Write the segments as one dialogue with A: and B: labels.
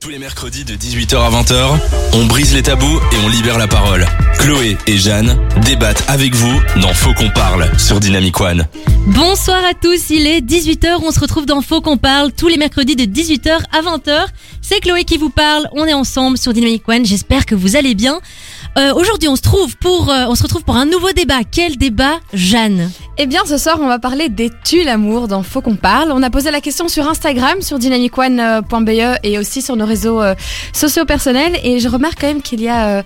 A: Tous les mercredis de 18h à 20h, on brise les tabous et on libère la parole. Chloé et Jeanne débattent avec vous dans Faut qu'on parle sur Dynamic One.
B: Bonsoir à tous, il est 18h, on se retrouve dans Faux qu'on parle tous les mercredis de 18h à 20h. C'est Chloé qui vous parle, on est ensemble sur Dynamic One, j'espère que vous allez bien. Euh, Aujourd'hui on se trouve pour euh, on se retrouve pour un nouveau débat. Quel débat, Jeanne
C: Eh bien, ce soir, on va parler des tu l'amour dans Faut qu'on parle. On a posé la question sur Instagram, sur dynamicone.be E et aussi sur nos réseaux euh, sociaux personnels. Et je remarque quand même qu'il y a euh,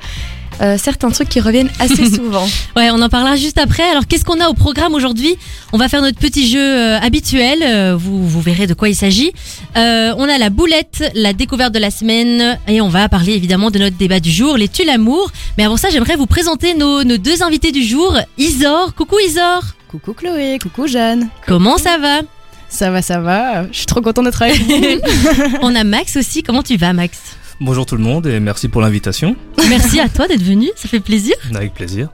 C: euh, certains trucs qui reviennent assez souvent.
B: Ouais, on en parlera juste après. Alors, qu'est-ce qu'on a au programme aujourd'hui On va faire notre petit jeu euh, habituel. euh, vous, vous verrez de quoi il s'agit. Euh, on a la boulette, la découverte de la semaine, et on va parler évidemment de notre débat du jour, les tues l'amour. Mais avant ça, j'aimerais vous présenter nos, nos deux invités du jour, Isor. Coucou Isor.
D: Coucou Chloé, coucou Jeanne.
B: Comment ça va
D: Ça va, ça va. Je suis trop contente d'être avec vous.
B: On a Max aussi. Comment tu vas, Max
E: Bonjour tout le monde et merci pour l'invitation.
B: Merci à toi d'être venu, ça fait plaisir.
E: Avec plaisir.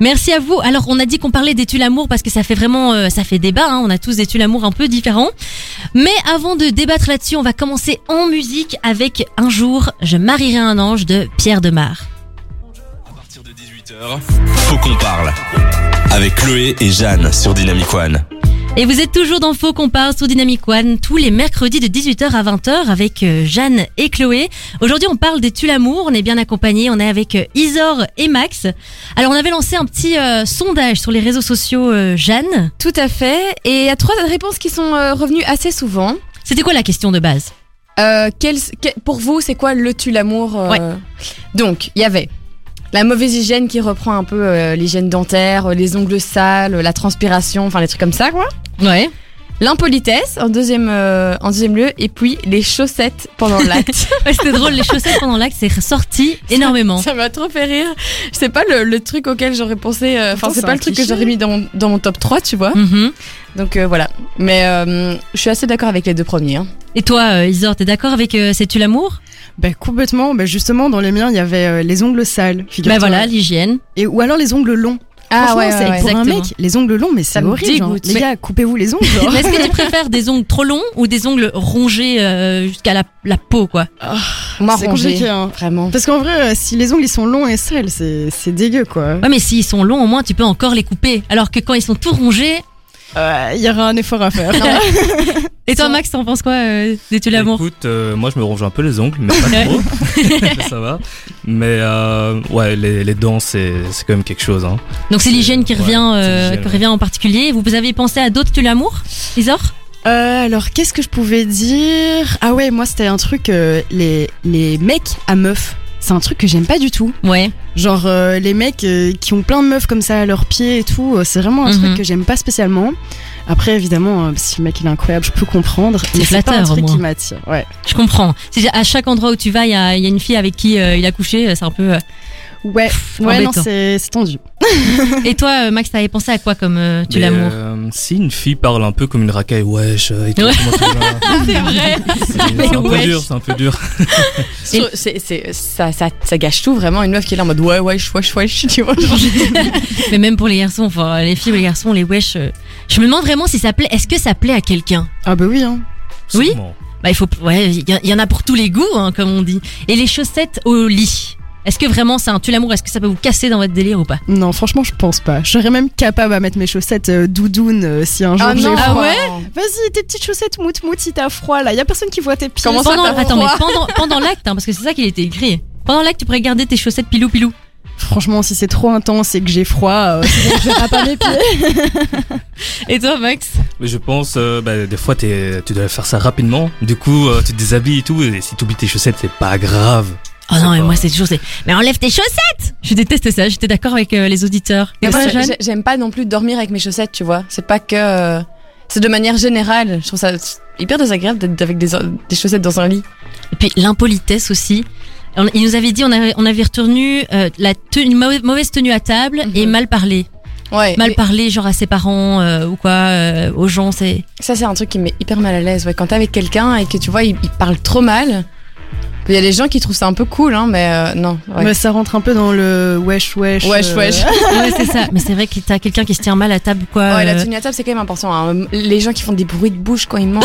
B: Merci à vous. Alors, on a dit qu'on parlait des tu l'amour parce que ça fait vraiment, euh, ça fait débat. hein. On a tous des tu l'amour un peu différents. Mais avant de débattre là-dessus, on va commencer en musique avec Un jour, je marierai un ange de Pierre Demar.
A: À partir de 18h, Faut qu'on parle avec Chloé et Jeanne sur Dynamic One.
B: Et vous êtes toujours dans Faux qu'on parle sur Dynamic One tous les mercredis de 18h à 20h avec euh, Jeanne et Chloé. Aujourd'hui, on parle des tu l'amour. On est bien accompagnés. On est avec euh, Isor et Max. Alors, on avait lancé un petit euh, sondage sur les réseaux sociaux, euh, Jeanne.
C: Tout à fait. Et il y a trois réponses qui sont euh, revenues assez souvent.
B: C'était quoi la question de base
C: Euh, quel- que- pour vous, c'est quoi le tu l'amour euh,
B: Ouais.
C: Donc, il y avait la mauvaise hygiène qui reprend un peu euh, l'hygiène dentaire, euh, les ongles sales, la transpiration, enfin les trucs comme ça, quoi.
B: Ouais.
C: L'impolitesse en deuxième, euh, en deuxième lieu, et puis les chaussettes pendant l'acte.
B: Ouais, c'était drôle, les chaussettes pendant l'acte, c'est ressorti énormément.
C: ça m'a trop fait rire. C'est pas le, le truc auquel j'aurais pensé. euh, Enfin,
D: Pourtant,
C: c'est Mm.
D: c'est
C: pas
D: un
C: le truc que
D: cliché.
C: j'aurais mis dans mon, dans mon top 3, tu vois.
B: Mhm.
C: Donc euh, voilà. Mais euh, je suis assez d'accord avec les deux premiers. hein.
B: Et toi, euh, Isor, t'es d'accord avec euh, C'est-tu l'amour
D: ben complètement. Ben justement, dans les miens, il y avait euh, les ongles sales.
B: Bah
D: figure-toi.
B: voilà, l'hygiène.
D: Et ou alors les ongles longs.
C: Ah
D: Franchement, c'est
B: ouais.
D: pour un
B: Exactement.
D: mec, les ongles longs, mais c'est
C: me
D: horrible. genre.
C: dégoûte.
D: Les
C: Mais-
D: gars, coupez-vous les ongles. genre.
B: Mais Est-ce que tu préfères des ongles trop longs ou des ongles rongés euh, jusqu'à la, la peau, quoi
C: Moi,
D: c'est
C: rongé,
D: compliqué. Hein.
C: Vraiment.
D: Parce qu'en vrai, euh, si les ongles ils sont longs et sales, c'est c'est dégueu quoi.
B: Ouais, mais s'ils sont longs, au moins, tu peux encore les couper. Alors que quand ils sont tout rongés...
D: Ouais, Il y aura un effort à faire.
B: Et toi,
C: Sans-
B: Max, t'en penses quoi euh, C'est-tu l'amour
E: Écoute, euh, moi je me ronge un peu les ongles, mais pas trop. ça va. Mais euh, ouais, les, les dents, c'est c'est quand même quelque chose. Hein.
B: Donc c'est l'hygiène qui
E: Ouais,
B: revient
E: c'est
B: euh,
E: l'hygiène,
B: qui
E: ouais.
B: revient en particulier. Vous avez pensé à d'autres Tu l'amour, Isor
D: Euh, alors, qu'est-ce que je pouvais dire Ah ouais, moi c'était un truc euh, les les mecs à meufs. C'est un truc que j'aime pas du tout.
B: Ouais.
D: Genre euh, les mecs euh, qui ont plein de meufs comme ça à leurs pieds et tout, euh, c'est vraiment un
B: Mhm.
D: truc que j'aime pas spécialement. Après évidemment, euh, si le mec il est incroyable, je peux comprendre.
B: C'est
D: mais C'est pas un
B: flatteur, au
D: truc
B: moins.
D: qui m'attire. Ouais.
B: Je comprends. C'est à chaque endroit où tu vas, il y a, il y a une fille avec qui euh, il a couché. C'est un peu... euh.
D: Ouais.
B: embêtant.
D: ouais, non, c'est c'est tendu.
B: Et toi, euh, Max, t'avais pensé à quoi comme euh, Tu
E: Mais,
B: l'amour
E: euh, Si une fille parle un peu comme une racaille, wesh, euh, et tout,
B: Ouais.
E: comment tu vas
B: C'est vrai.
E: C'est c'est un peu
B: wesh.
E: dur, c'est un peu dur.
C: Je trouve- c'est- c'est- ça, ça, ça gâche tout vraiment. Une meuf qui est là en mode ouais, ouais, wesh, wesh, tu vois. genre.
B: Mais même pour les garçons, enfin les filles ou les garçons, les wesh. euh, je me demande vraiment si ça plaît. Est-ce que ça plaît à quelqu'un
D: Ah bah oui. Hein.
B: Oui.
E: Sûrement.
B: Bah il faut, ouais, il y, y en a pour tous les goûts, hein, comme on dit. Et les chaussettes au lit. Est-ce que vraiment c'est un tue l'amour Est-ce que ça peut vous casser dans votre délire ou pas
D: Non, franchement, je pense pas. Je serais même capable à mettre mes chaussettes euh, doudounes euh, si un jour
C: Ah
D: j'ai
C: non.
D: froid.
B: Ah ouais
D: Vas-y, tes petites chaussettes mout mout si t'as froid là. Y a personne qui voit tes pieds.
C: Comment ça,
B: pendant,
C: t'as
B: Attends, mais
C: froid
B: pendant, pendant l'acte, hein, parce que c'est ça qu'il était écrit. Pendant l'acte, tu pourrais garder tes chaussettes pilou pilou.
D: Franchement, si c'est trop intense et que j'ai froid, euh, c'est bon, je verrai pas mes pieds.
B: Et toi, Max
E: Mais je pense, euh, bah, des fois, t'es- tu dois faire ça rapidement. Du coup, euh, tu te déshabilles et tout. Et si t'oublies tes chaussettes, c'est pas grave.
B: Oh
E: C'est
B: non, mais
E: pas-
B: moi c'est toujours c'est. Mais enlève tes chaussettes Je déteste ça. J'étais d'accord avec euh, les auditeurs. Et
C: Mais
B: toi,
C: c'est-
B: Jeanne
C: j'ai- J'aime pas non plus dormir avec mes chaussettes, tu vois. C'est pas que. euh, C'est de manière générale. Je trouve ça hyper désagréable d'être avec des, des chaussettes dans un lit.
B: Et puis l'impolitesse aussi. On- il nous avait dit, on avait, on avait retenu euh, la tenue, une mau- mauvaise tenue à table et
C: Mhm.
B: mal parlé.
C: Ouais.
B: Mal
C: mais
B: parlé, genre à ses parents euh, ou quoi, euh, aux gens, c'est.
C: ça, c'est un truc qui me met hyper mal à l'aise. Ouais. Quand t'es avec quelqu'un et que tu vois, il, il parle trop mal. Il y a des gens qui trouvent ça un peu cool, hein, mais euh, non. ouais.
D: Mais ça rentre un peu dans le wesh wesh. euh,
C: Wesh, wesh.
B: Ouais, c'est ça. Mais c'est vrai que t'as quelqu'un qui se tient mal à table, quoi.
C: Ouais, la
B: euh,
C: tenue à table, c'est quand même important. hein. Les gens qui font des bruits de bouche quand ils mangent.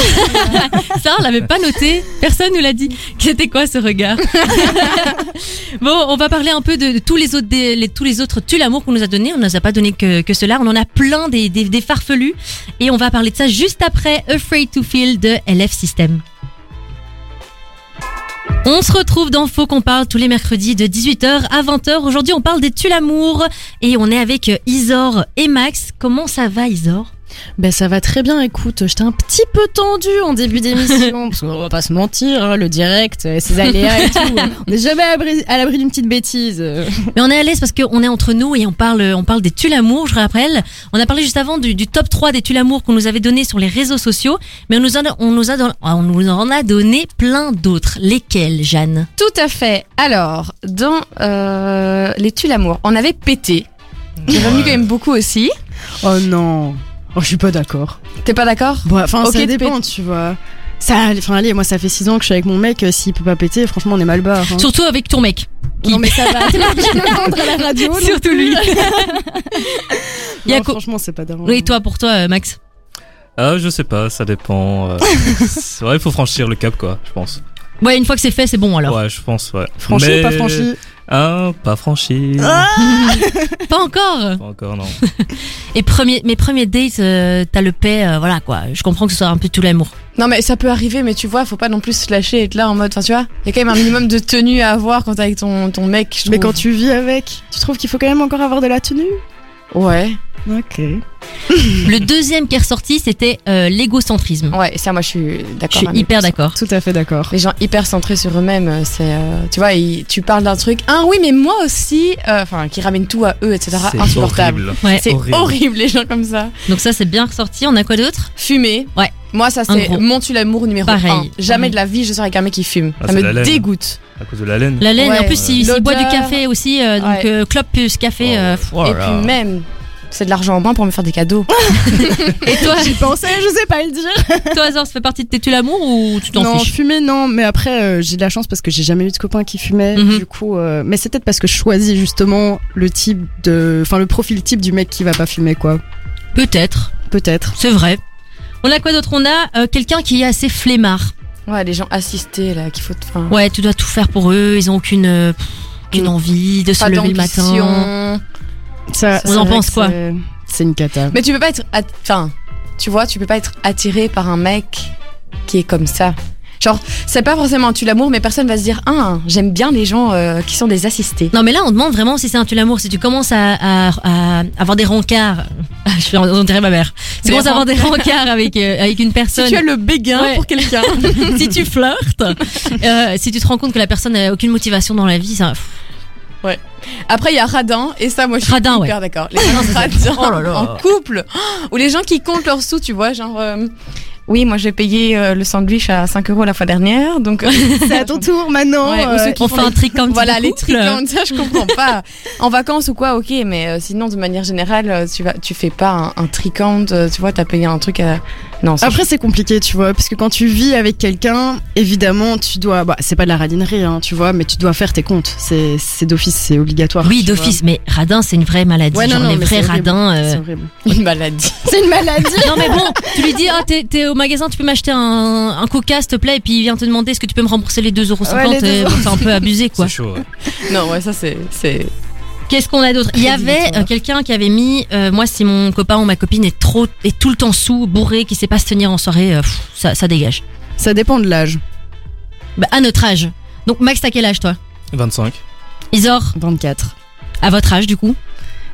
B: Ça, on l'avait pas noté. Personne nous l'a dit. C'était quoi ce regard Bon, on va parler un peu de, de tous les autres, des- les- tous les autres tu l'amour qu'on nous a donné. On ne nous a pas donné que, que cela. On en a plein des, des, des farfelus. Et on va parler de ça juste après Afraid to Feel de LF System. On se retrouve dans Faux qu'on parle tous les mercredis de 18h à 20h. Aujourd'hui, on parle des tu l'amour et on est avec euh, Isor et Max. Comment ça va, Isor
D: Ben ça va très bien, écoute, j'étais un petit peu tendue en début d'émission, parce qu'on va pas se mentir, hein, le direct, euh, ses aléas et tout, hein. on n'est jamais abri- à l'abri d'une petite bêtise.
B: Mais on est à l'aise parce qu'on est entre nous et on parle, on parle des tu l'amour, je rappelle. On a parlé juste avant du, du top 3 des tu l'amour qu'on nous avait donné sur les réseaux sociaux, mais on nous en a, on nous a don- ah, on nous en a donné plein d'autres. Lesquels, Jeanne
C: Tout à fait. Alors, dans euh, Les Tues l'amour, on avait pété. J'ai revenu quand même beaucoup aussi.
D: Oh non, oh, je suis pas d'accord.
C: T'es pas d'accord
D: Bon, enfin
C: Ok,
D: ça
C: tu
D: dépend, tu vois. Ça, enfin allez, moi ça fait 6 ans que je suis avec mon mec, euh, s'il peut pas péter, franchement on est mal barre. hein.
B: Surtout avec ton mec.
D: Non mais ça va, t'es pas obligé de l'entendre à la radio. non
B: Surtout
D: plus.
B: lui. Il y a
D: Non,
B: co-
D: franchement c'est pas dingue.
B: Et toi, pour toi, euh, Max
E: Ah, je sais pas, ça dépend. euh, c'est vrai, il faut franchir le cap, quoi, je pense.
B: Ouais, une fois que c'est fait, c'est bon alors.
E: Ouais, je pense, ouais.
D: Franchi ou
E: Mais-
D: pas franchi
E: Ah, pas franchi.
B: Pas encore
E: Pas encore, non.
B: Et premier, mes premiers dates, euh, t'as le paix, euh, voilà quoi. Je comprends que ce soit un peu tout l'amour.
C: Non, mais ça peut arriver, mais tu vois, faut pas non plus se lâcher et être là en mode. Enfin, tu vois, il y a quand même un minimum de tenue à avoir quand t'es avec ton, ton mec. Je
D: Mais quand
C: trouve.
D: tu vis avec, tu trouves qu'il faut quand même encore avoir de la tenue
C: Ouais.
D: Ok.
B: Le deuxième qui est ressorti, c'était euh, l'égocentrisme.
C: Ouais, et ça, moi, je suis
B: Je
C: d'accord.
B: suis
C: à mille
B: hyper
C: pour cent.
B: d'accord.
D: Tout à fait d'accord.
C: Les gens hyper centrés sur eux-mêmes, euh, c'est. euh, tu vois, ils- tu parles d'un truc. Ah oui, mais moi aussi. euh, Enfin, qui ramènent tout à eux, etc. Insupportable.
E: horrible.
B: Ouais.
C: C'est
E: Horrible.
C: horrible. les gens comme ça.
B: Donc ça, c'est bien ressorti. On a quoi d'autre
C: Fumer.
B: Ouais.
C: Moi, ça,
B: En
C: c'est
B: gros.
C: mon tu l'amour numéro
B: Pareil.
C: 1. Jamais
B: Pareil.
C: de la vie, je sors avec un mec qui fume.
E: Ah,
C: ça
E: c'est la
C: me
E: laine.
C: dégoûte.
E: À cause de la laine.
B: La laine,
C: Ouais.
B: et en plus, s'il s'il boit du
C: L'odeur.
B: café aussi, euh, donc
C: Ouais.
B: euh, clope plus café. euh, pff.
E: Oh
C: Et
E: là
C: puis,
E: là.
C: même, c'est de l'argent en moins pour me faire des cadeaux.
B: Et toi,
D: J'y pensais, je sais pas le dire.
B: toi, Zor, ça fait partie de tes tu l'amour ou tu t'en
D: non,
B: fiches
D: fumer, non. Mais après, euh, j'ai de la chance parce que j'ai jamais eu de copain qui fumait.
B: Mhm.
D: Du coup, euh, mais c'est peut-être parce que je choisis justement le type de, enfin le profil type du mec qui va pas fumer, quoi.
B: Peut-être,
D: Peut-être.
B: c'est vrai. On a quoi d'autre On a euh, quelqu'un qui est assez flemmard.
C: Ouais, les gens assistés, là, qu'il faut. enfin,
B: Ouais, tu dois tout faire pour eux. Ils ont aucune, euh, pff, aucune
C: Mm.
B: envie de se
C: pas
B: lever le matin.
C: d'ambition.
D: Ça,
B: On
D: c'est
B: en
D: vrai
B: pense
D: que
B: quoi
D: c'est- C'est une cata.
C: Mais tu peux pas être. at- Enfin, tu vois, tu peux pas être attiré par un mec qui est comme ça. Genre, c'est pas forcément un tu l'amour, mais personne va se dire Ah, j'aime bien les gens euh, qui sont des assistés.
B: Non, mais là, on demande vraiment si c'est un tu l'amour. Si tu commences à, à- à avoir des rencarts, je suis en- on dirait ma mère. Si tu
C: Des
B: commences à avoir des rencards avec euh, avec une
C: Si
B: personne.
C: tu as le béguin
B: Ouais.
C: pour quelqu'un.
B: si tu flirtes, euh, si tu te rends compte que la personne n'a aucune motivation dans la vie, ça. pff,
C: Après, il y a radin, et ça, moi, je suis
B: Radin,
C: hyper d'accord. Les gens radins
B: Oh là là.
C: en couple, ou les gens qui comptent leurs sous, tu vois, genre. euh, oui, moi j'ai payé euh, le sandwich à 5 euros la fois dernière, donc euh,
D: C'est à ton tour maintenant.
C: Ouais, ou
D: euh,
C: ceux qui
B: on
C: font
B: fait
C: les-
B: un tricôme.
C: voilà
B: du
C: les
B: couple.
C: tricornes, ça je comprends pas. En vacances ou quoi, ok, mais euh, sinon de manière générale, euh, tu vas, tu fais pas un, un tricante, euh, tu vois, t'as payé un truc à. Non, ça,
D: Après, c'est compliqué, tu vois, parce que quand tu vis avec quelqu'un, évidemment, tu dois. Bah, c'est pas de la radinerie, hein, tu vois, mais tu dois faire tes comptes. C'est c'est d'office, c'est obligatoire.
B: Oui,
D: tu vois.
B: d'office, mais radin, c'est une vraie maladie.
D: Ouais, non,
B: genre
D: non,
B: les
D: mais
B: vrais
D: c'est horrible.
B: radins. euh,
D: C'est horrible.
C: je- une maladie.
D: C'est une maladie.
B: Non, mais bon, tu lui dis, ah, t'es, t'es au magasin, tu peux m'acheter un, un coca, s'il te plaît, et puis il vient te demander, est-ce que tu peux me rembourser les 2,50€
D: Ouais, les
B: euh, C'est un peu abusé, quoi.
E: C'est chaud. ouais.
C: Non, ouais, ça c'est, c'est.
B: Qu'est-ce qu'on a d'autre Il y avait
D: divinatoire.
B: euh, quelqu'un qui avait mis, euh, moi, si mon copain ou ma copine est trop, est tout le temps sous, bourré, qui sait pas se tenir en soirée, euh, pff, ça, ça dégage.
D: Ça dépend de l'âge.
B: Bah, à notre âge. Donc, Max, t'as quel âge, toi
E: 25.
B: Isor,
D: 24.
B: à votre âge, du coup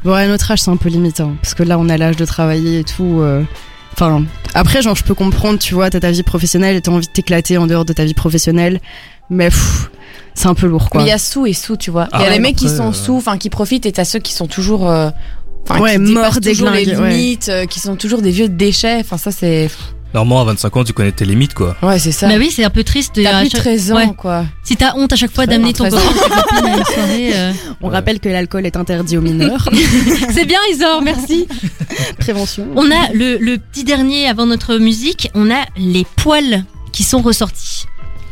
D: Bon, à notre âge, c'est un peu limitant. Parce que là, on a l'âge de travailler et tout. euh, Enfin, après, genre, je peux comprendre, tu vois, t'as ta vie professionnelle et t'as envie de t'éclater en dehors de ta vie professionnelle. Mais pff, c'est un peu lourd, quoi.
C: Mais il y a sous et sous, tu vois. Il
E: Ah
C: y a
E: ouais,
C: les mecs qui
E: après,
C: sont
E: euh,
C: sous, enfin qui profitent, et t'as ceux qui sont toujours. euh, Enfin,
D: Ouais,
C: qui
D: morts
C: dépassent toujours les
D: déglingués, ouais.
C: limites, euh, qui sont toujours des vieux déchets. Enfin, ça c'est.
E: Normalement, à 25 ans, tu connais tes limites, quoi.
C: Ouais, c'est ça.
B: Bah oui, c'est un peu triste. de-
C: T'as
B: à
C: plus
B: chaque-
C: 13 ans,
B: Ouais.
C: quoi.
B: Si t'as honte à chaque fois
C: Très
B: d'amener ton
C: bien,
B: copain
C: très
B: ou ta copine à une soirée, euh,
D: On
E: Ouais.
D: rappelle que l'alcool est interdit aux mineurs.
B: c'est bien, Isor, merci.
D: Prévention.
B: On a le, le petit dernier avant notre musique, on a les poils qui sont ressortis.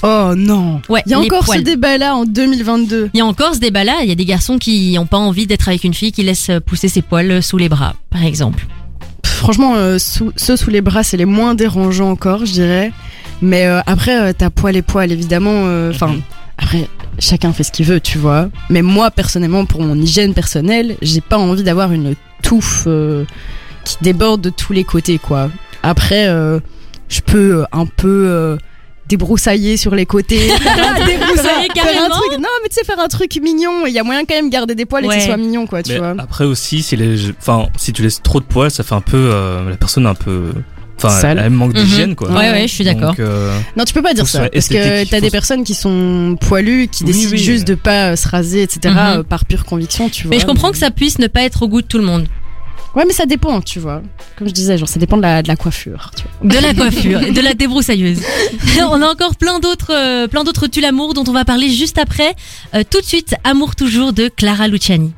D: Oh non
B: Ouais,
D: Il y a
B: les
D: encore
B: poils.
D: ce débat-là en 2022.
B: Il y a encore ce débat-là. Il y a des garçons qui n'ont pas envie d'être avec une fille qui laisse pousser ses poils sous les bras, par exemple.
D: Pff, franchement, euh, sous- ceux sous les bras, c'est les moins dérangeants encore, je dirais. Mais euh, après, euh, t'as poil et poil, évidemment.
B: Mhm.
D: euh, Enfin, après, chacun fait ce qu'il veut, tu vois. Mais moi, personnellement, pour mon hygiène personnelle, j'ai pas envie d'avoir une touffe euh, qui déborde de tous les côtés, quoi. Après, euh, je peux euh, un peu euh, débroussailler sur les côtés. Ah, débroussailler, hein. faire un
B: carrément
D: truc. Non, mais tu sais, faire un truc mignon. Il y a moyen quand même de garder des poils et que
B: Ouais.
D: ce soit mignon, quoi, tu
E: Mais
D: vois.
E: après aussi, si, les, enfin, si tu laisses trop de poils, ça fait un peu euh, la personne un peu. Enfin,
D: Sale.
E: elle, elle manque
B: Mhm.
E: d'hygiène, quoi.
B: Ouais, ouais, je suis d'accord.
E: Donc, euh,
D: Non, tu peux pas dire
E: Faut
D: ça.
E: se-
D: Parce que
E: esthétique,
D: t'as
E: faut
D: des
E: se-
D: personnes qui sont poilues, qui
E: Oui,
D: décident
E: oui.
D: juste de pas euh, se raser, etc.
B: Mhm.
D: euh, Par pure conviction, tu vois.
B: Mais je comprends que ça puisse ne pas être au goût de tout le monde.
D: Ouais, mais ça dépend, tu vois. Comme je disais, genre, ça dépend de la, de la coiffure. Tu vois.
B: De la coiffure, de la débroussailleuse. on a encore plein d'autres, euh, plein d'autres tu l'amour dont on va parler juste après. Euh, tout de suite, Amour toujours de Clara Luciani.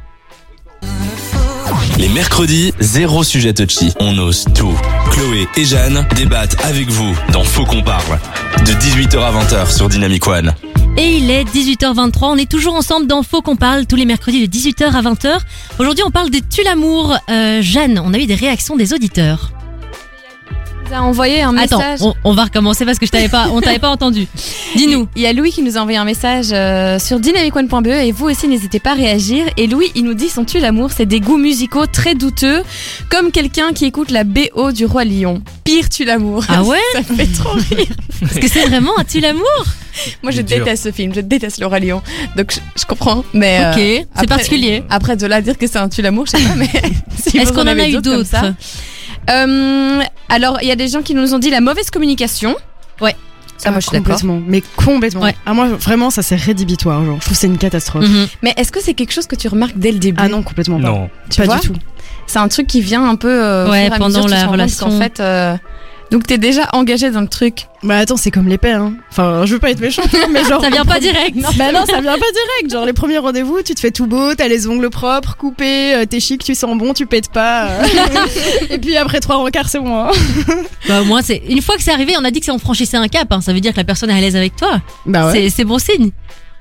A: Les mercredis, zéro sujet touchy. On ose tout. Chloé et Jeanne débattent avec vous dans Faux qu'on parle. De 18h à 20h sur Dynamic One.
B: Et il est 18h23. On est toujours ensemble dans Faux qu'on parle tous les mercredis de 18h à 20h. Aujourd'hui, on parle des tu l'amour. Euh, Jeanne, on a eu des réactions des auditeurs.
C: Vous a envoyé un
B: Attends,
C: message.
B: on, on va recommencer parce que je t'avais pas, on t'avait pas entendu. Dis-nous.
C: Il y a Louis qui nous a envoyé un message euh, sur dynamicone.be et vous aussi n'hésitez pas à réagir. Et Louis, il nous dit son tu l'amour, c'est des goûts musicaux très douteux, comme quelqu'un qui écoute la BO du roi Lion. Pire tu l'amour.
B: Ah ouais
C: Ça fait trop rire.
B: Parce que c'est vraiment un tu l'amour.
C: Moi, je
E: C'est dur.
C: déteste ce film, je déteste le roi Lion. Donc je, je comprends, mais euh,
B: Ok, c'est
C: après-
B: particulier.
C: après de là à dire que c'est un tu l'amour, je sais pas. Mais si
B: Est-ce
C: vous
B: qu'on en a
C: avez
B: eu
C: d'autres comme ça.
B: d'autres
C: Euh, alors, il y a des gens qui nous ont dit la mauvaise communication.
B: Ouais.
C: Ça, moi, je suis d'accord.
D: complètement. Mais complètement.
B: Ouais.
D: Ah, moi, vraiment, ça, c'est rédhibitoire. Genre, je trouve que c'est une catastrophe.
B: Mhm.
C: Mais est-ce que c'est quelque chose que tu remarques dès le début
D: Ah non, complètement pas.
E: non.
C: Tu
D: pas
C: vois
D: du tout.
C: C'est un truc qui vient un peu euh, au
B: Ouais,
C: fur et à
B: pendant
C: mesure, tu
B: la
C: te rends compte
B: relation.
C: qu'en fait, euh, donc t'es déjà engagé dans le truc.
D: Bah attends, c'est comme l'épée, hein. Enfin, je veux pas être méchante, hein, mais genre.
B: Ça vient pas direct. non
D: Bah non, ça vient pas direct. Genre, les premiers rendez-vous, tu te fais tout beau, t'as les ongles propres, coupés, euh, t'es chic, tu sens bon, tu pètes pas. euh. et puis après trois rencarts, c'est bon. hein.
B: Bah, au moins, c'est une fois que c'est arrivé, on a dit que c'est on franchissait un cap. hein. Ça veut dire que la personne est à l'aise avec toi.
D: Bah
B: C'est- C'est bon signe.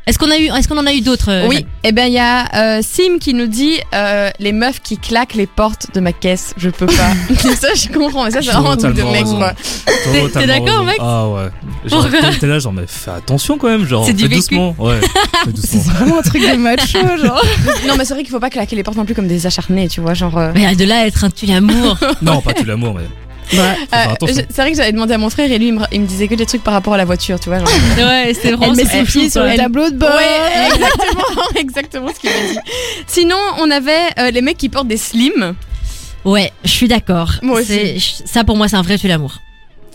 B: Est-ce qu'on a eu, est-ce qu'on en a eu d'autres euh,
C: oui, et ben il y a euh, Sim qui nous dit euh, les meufs qui claquent les portes de ma caisse, je peux pas. ça je comprends, mais ça c'est
E: Ils ont
C: vraiment un truc de
E: totalement
C: mec
E: raison.
C: quoi.
E: Totalement
B: t'es d'accord,
E: raison.
B: Max
E: Ah ouais. Genre,
B: Pourquoi
E: t'es- T'es là, genre, mais fais attention quand même, genre,
B: C'est
E: fais
B: du vécu.
E: doucement. Ouais, fais doucement.
D: C'est vraiment un truc de macho, genre.
C: non mais c'est vrai qu'il faut pas claquer les portes non plus comme des acharnés, tu vois, genre. euh,
B: Mais Ben, de là à être un tu l'amour.
E: Non, pas tout l'amour, mais. faut faire
C: euh, je-
E: attention.
C: c'est vrai que j'avais demandé à mon frère et lui il me, il me disait que des trucs par rapport à la voiture, tu vois. Genre,
B: Ah ouais, c'est vraiment.
D: Elle met
B: c'est
D: ses
B: fou,
D: pieds sur
B: quoi.
D: le tableau de bord.
B: bah
C: Ouais, exactement, exactement ce qu'il m'a dit. Sinon, on avait euh, les mecs qui portent des slims.
B: Ouais, je suis d'accord.
C: Moi aussi.
B: C'est- je- Ça pour moi, c'est un vrai tu l'amour.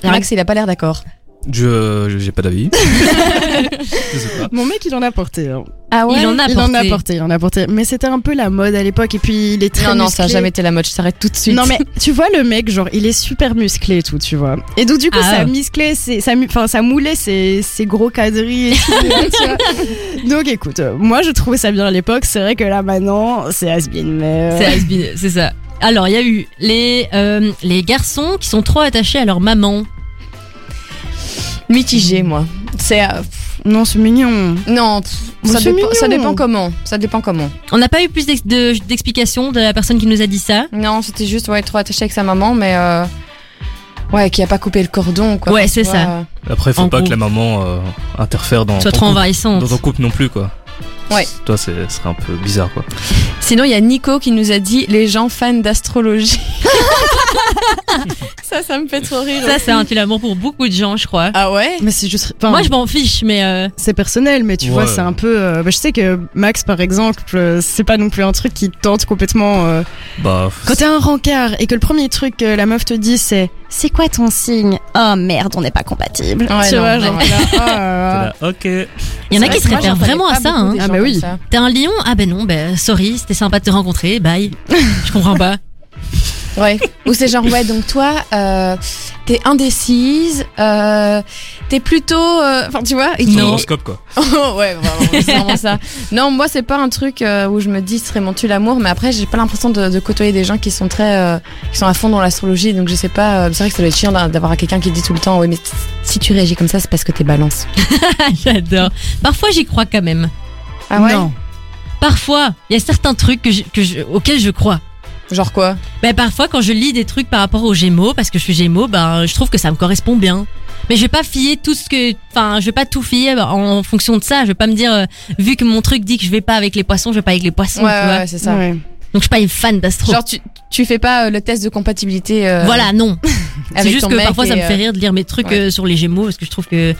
B: Alors-
C: Max, il a pas l'air d'accord.
E: Je. je- J'ai pas d'avis. je sais pas.
D: Mon mec, il en a porté. hein.
C: Ah
B: Il en a
D: il en a porté, il en a porté. Mais c'était un peu la mode à l'époque, et puis il est très
C: Non, non, ça a
D: musclé.
C: jamais été la mode, je t'arrête tout de suite.
D: Non mais tu vois le mec genre il est super musclé et tout tu vois et donc du coup
B: Ah ouais.
D: ça musclait ses- ça mu- enfin ça moulait ses, ses gros quadrilles et tout, tu vois. donc écoute euh, moi je trouvais ça bien à l'époque c'est vrai que là maintenant c'est has-been mais euh,
B: C'est has-been, c'est ça. Alors, il y a eu les, euh, les garçons qui sont trop attachés à leur maman.
C: Mitigé, moi. C'est. euh, pff,
D: non c'est mignon
C: non, pff,
D: Mais
C: ça,
D: c'est
C: dépend, ça
D: mignon.
C: dépend comment. Ça dépend comment.
B: On n'a pas eu plus d'ex- de- d'explications de la personne qui nous a dit ça.
C: Non, c'était juste, ouais, trop attaché avec sa maman, mais. euh, ouais, qui a pas coupé le cordon, quoi.
B: Ouais, c'est
C: Tu vois,
B: ça.
C: euh,
E: Après, faut
B: En
E: pas
B: gros.
E: que la maman euh, interfère dans.
B: Soit
E: ton
B: trop
E: couple.
B: envahissante.
E: Dans ton couple non plus, quoi.
C: Ouais.
E: Toi, c'est- ce serait un peu bizarre, quoi.
C: Sinon, il y a Nico qui nous a dit les gens fans d'astrologie. ça, ça me fait trop rire.
B: Ça, c'est un tu l'amour pour beaucoup de gens, je crois.
C: Ah ouais
D: mais c'est juste enfin,
B: Moi, je m'en fiche, mais euh,
D: c'est personnel mais tu
E: Ouais.
D: vois c'est un peu euh, bah, je sais que Max par exemple euh, c'est pas non plus un truc qui tente complètement euh,
E: Bah.
D: Quand t'es un rencard et que le premier truc que la meuf te dit c'est c'est quoi ton signe Oh merde, on n'est pas compatible.
C: Ouais,
D: tu
C: non,
D: vois,
C: non,
D: genre
C: ouais.
D: là, oh là là.
E: T'es
B: Ah.
E: là, ok.
B: il y en a
C: C'est
B: qui se
C: vrai que moi,
B: réfèrent
C: j'en connais
B: vraiment à
C: pas
B: ça.
C: beaucoup
B: Hein.
C: des
D: Ah
C: gens
D: bah oui.
C: comme ça.
B: T'es un lion Ah ben non, ben sorry, c'était sympa de te rencontrer, bye. je comprends pas.
C: Ouais. Ou c'est genre, ouais, donc toi, euh, t'es indécise, euh, t'es plutôt. euh, Enfin, tu vois. et-
E: Son horoscope, quoi.
C: Oh, ouais, vraiment, c'est vraiment ça. Non, moi, c'est pas un truc euh, où je me dis, ce serait mon tu l'amour, mais après, j'ai pas l'impression de, de côtoyer des gens qui sont très. euh, qui sont à fond dans l'astrologie, donc je sais pas. euh, c'est vrai que ça doit être chiant d'a- d'avoir quelqu'un qui dit tout le temps, oui, mais si tu réagis comme ça, c'est parce que t'es balance.
B: J'adore. Parfois, j'y crois quand même.
C: Ah ouais
D: Non.
B: Parfois, il y a certains trucs que je- que je- auxquels je crois.
C: Genre quoi
B: Ben parfois quand je lis des trucs par rapport aux Gémeaux, parce que je suis Gémeaux, ben je trouve que ça me correspond bien. Mais je vais pas fier tout ce que, enfin je vais pas tout fier en fonction de ça. Je vais pas me dire euh, vu que mon truc dit que je vais pas avec les poissons, je vais pas avec les poissons.
C: Ouais,
B: tu vois.
C: ouais, c'est ça.
D: Ouais.
B: Donc je suis pas une fan d'astro.
C: Genre, tu, tu fais pas euh, le test de compatibilité euh,
B: Voilà, non. C'est
C: avec
B: juste
C: ton
B: que
C: mec
B: parfois ça
C: et, euh,
B: me fait rire de lire mes trucs
C: ouais.
B: euh, sur les Gémeaux parce que je trouve que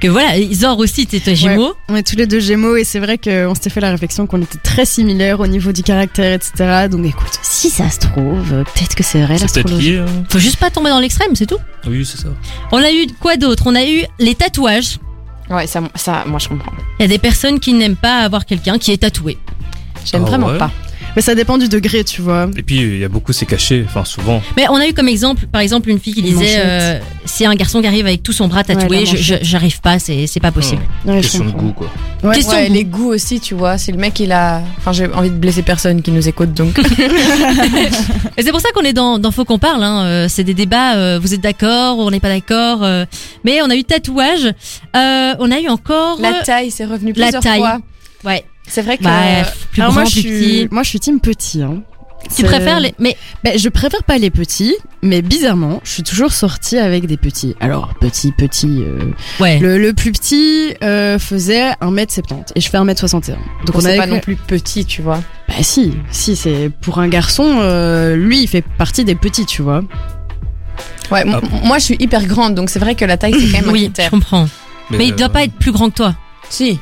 B: que voilà, Isor aussi t'es toi Gémeaux.
D: On est tous les deux gémeaux et c'est vrai qu'on s'était fait la réflexion qu'on était très similaires au niveau du caractère, etc. Donc écoute, si ça se trouve, euh, peut-être que c'est vrai
E: C'est peut-être
D: l'astrologie.
E: lié. hein.
B: Faut juste pas tomber dans l'extrême, c'est tout.
E: Oui, c'est ça.
B: On a eu quoi d'autre On a eu les tatouages.
C: euh, Ouais, ça, ça, moi, je comprends.
B: Il y a des personnes qui n'aiment pas avoir quelqu'un qui est tatoué.
C: J'aime
E: Ah
C: vraiment
E: ouais
C: pas.
D: Mais ça dépend du degré, tu vois.
E: Et puis, il y a beaucoup, c'est caché. Enfin, souvent.
B: Mais on a eu comme exemple, par exemple, une fille qui
D: Une
B: disait
D: manchette.
B: euh, c'est un garçon qui arrive avec tout son bras
D: Ouais,
B: tatoué,
D: la Oh.
B: je- je- j'arrive pas, c'est c'est pas possible.
E: Hmm,
D: Ouais, je
E: Question de
D: comprends.
E: goût, quoi.
D: Ouais.
B: Question
C: Ouais,
B: goût.
C: les goûts aussi, tu vois. Si le mec, il a. Enfin, j'ai envie de blesser personne qui nous écoute, donc.
B: Et c'est pour ça qu'on est dans, dans Faut qu'on parle. Hein. euh, C'est des débats. euh, vous êtes d'accord On n'est pas d'accord. euh, mais on a eu tatouage. Euh, on a eu encore.
C: La taille, c'est revenu
B: La
C: plusieurs
B: taille.
C: fois.
B: ouais.
C: C'est vrai que.
B: Bah, plus
D: euh, Alors
B: grand,
D: moi,
B: plus
D: je
B: petit.
D: suis, moi, je suis team petit. hein.
B: Tu
D: C'est-
B: préfères les. Mais
D: Ben, je préfère pas les petits, mais bizarrement, je suis toujours sortie avec des petits. Alors, petit, petit. euh,
B: ouais.
D: Le, le plus petit euh, faisait 1m70 et je fais 1m61. Donc
C: Donc on
D: on
C: n'est
D: avait
C: pas non plus petit, tu vois.
D: Bah si, si c'est pour un garçon, euh, lui il fait partie des petits, tu vois.
C: Ouais, m-
E: Ah.
C: moi je suis hyper grande, donc c'est vrai que la taille c'est quand même un
B: oui, je
C: critère.
B: comprends. Mais, il
E: euh,
B: doit pas être plus grand que toi.
C: Si.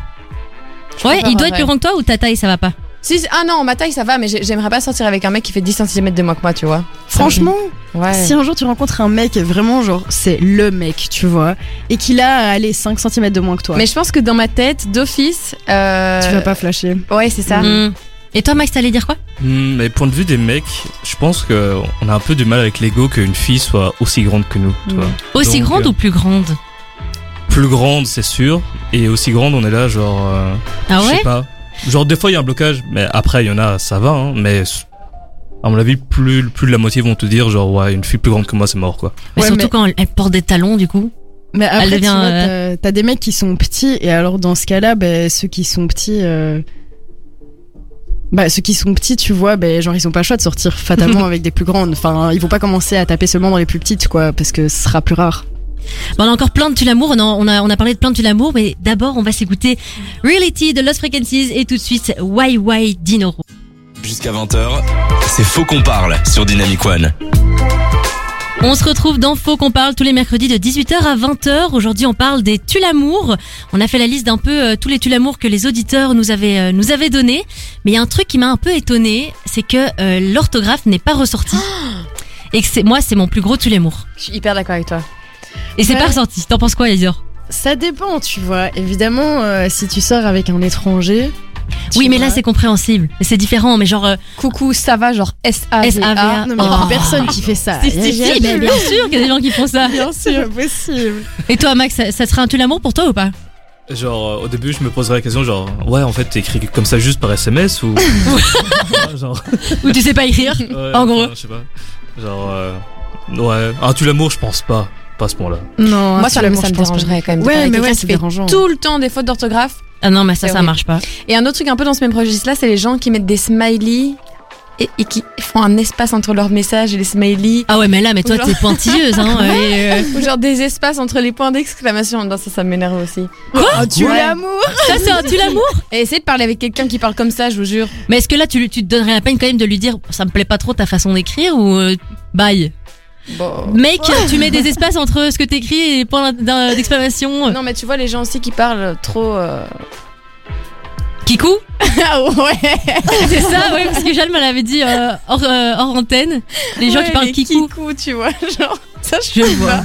B: Ouais, il doit être
C: ouais.
B: plus grand que toi ou ta taille ça va pas.
C: si. si- Ah non, ma taille ça va, mais j'ai- j'aimerais pas sortir avec un mec qui fait 10 cm de moins que moi, tu vois.
D: Franchement,
C: Ouais.
D: si un jour tu rencontres un mec et vraiment genre c'est le mec, tu vois, et qu'il a allez 5 cm de moins que toi,
C: Mais je pense que dans ma tête, d'office. euh,
D: tu vas pas flasher.
C: Ouais, c'est ça.
B: Mm. Et toi Max, t'allais dire quoi
E: Hmm, Mais point de vue des mecs, je pense que on a un peu du mal avec l'ego qu'une fille soit aussi grande que nous.
B: Mm.
E: tu vois.
B: Aussi
E: Donc,
B: grande
E: euh,
B: ou plus grande
E: Plus grande, c'est sûr. Et aussi grande, on est là, genre. euh,
B: Ah
E: Je
B: ouais
E: sais pas. Genre, des fois, il y a un blocage, mais après, il y en a, ça va, hein, mais. À mon avis, plus, plus de la moitié vont te dire, genre, ouais, une fille plus grande que moi, c'est mort, quoi.
B: Mais
D: Ouais,
B: Bah, surtout quand
D: mais-
B: elle porte des talons du coup.
D: Mais après,
B: Elle devient,
D: tu vois,
B: euh,
D: t'as- t'as des mecs qui sont petits, et alors dans ce cas-là, ben, ceux qui sont petits. euh, Bah, ceux qui sont petits, tu vois, ben, genre, ils sont pas chauds de sortir fatalement avec des plus grandes. Enfin, ils vont pas commencer à taper seulement dans les plus petites, quoi, parce que ce sera plus rare.
B: Bon, on a encore plein de tu l'amour, on a, on, a, on a parlé de plein de tu l'amour, mais d'abord on va s'écouter Reality de Lost Frequencies et tout de suite YY Dino.
A: Jusqu'à 20h, c'est Faux qu'on parle sur Dynamic One.
B: On se retrouve dans Faux qu'on parle tous les mercredis de 18h à 20h. Aujourd'hui on parle des tu l'amour. On a fait la liste d'un peu euh, tous les tu l'amour que les auditeurs nous avaient, euh, nous avaient donné. Mais il y a un truc qui m'a un peu étonné, c'est que euh, l'orthographe n'est pas ressortie. Et que c'est, moi c'est mon plus gros tu l'amour.
C: Je suis hyper d'accord avec toi.
B: Et c'est
D: Ouais.
B: pas ressorti. T'en penses quoi Isor
D: Ça dépend, tu vois. Évidemment, euh, si tu sors avec un étranger. tu
B: Oui mais là
D: vois.
B: c'est compréhensible. Mais C'est différent, mais genre... euh,
C: Coucou, ça va, genre S-A-V-A.
B: S.A.V.A..
D: Ah, Non, mais
B: Oh.
D: personne qui fait ça.
B: si, si, si, mais bien sûr qu'il y a des gens qui font ça.
D: Bien sûr, possible.
B: Et toi Max, ça, ça serait un tu l'amour pour toi ou pas
E: Genre, euh, au début, je me poserais la question, genre, ouais, en fait, t'écris comme ça juste par SMS ou. Ouais, genre.
B: Ou tu sais pas écrire
E: ouais,
B: En gros.
E: enfin, Je sais pas. Genre, euh, ouais. Un tu l'amour, je pense pas. Pas à ce point-là.
D: Non,
C: Moi, ça, me- ça me dérangeait quand même. de parler
D: Ouais,
C: avec
D: mais
C: quelqu'un
D: ouais,
C: qui
D: c'est
C: fait
D: dérangeant.
C: tout le temps des fautes d'orthographe.
B: Ah non, mais ça,
C: C'est
B: ça
C: horrible.
B: marche pas.
C: Et un autre truc un peu dans ce même registre-là, c'est les gens qui mettent des smileys et, et qui font un espace entre leurs messages et les smileys.
B: Ah ouais, mais là, mais toi,
C: Genre.
B: t'es pointilleuse, hein. et, euh,
C: Ou genre des espaces entre les points d'exclamation. Non, ça, ça m'énerve aussi.
D: Oh, tu
C: Ouais.
D: l'amour
B: ça, c'est un tu l'amour.
C: Et essayez de parler avec quelqu'un qui parle comme ça, je vous jure.
B: Mais est-ce que là, tu, lui- tu te donnerais la peine quand même de lui dire, ça me plaît pas trop ta façon d'écrire ou euh, bye
C: Bon.
B: Mec, tu mets des espaces entre ce que t'écris et les points d'in- d'exclamation.
C: Non, mais tu vois, les gens aussi qui parlent trop. euh,
B: Kikou
C: Ah ouais
B: C'est ça, ouais, parce que Jeanne me l'avait dit euh, hors, euh, hors antenne. Les gens
C: Ouais,
B: qui parlent
C: les
B: Kikou.
C: Kikou, tu vois. Genre.
D: ça,
B: Je vois.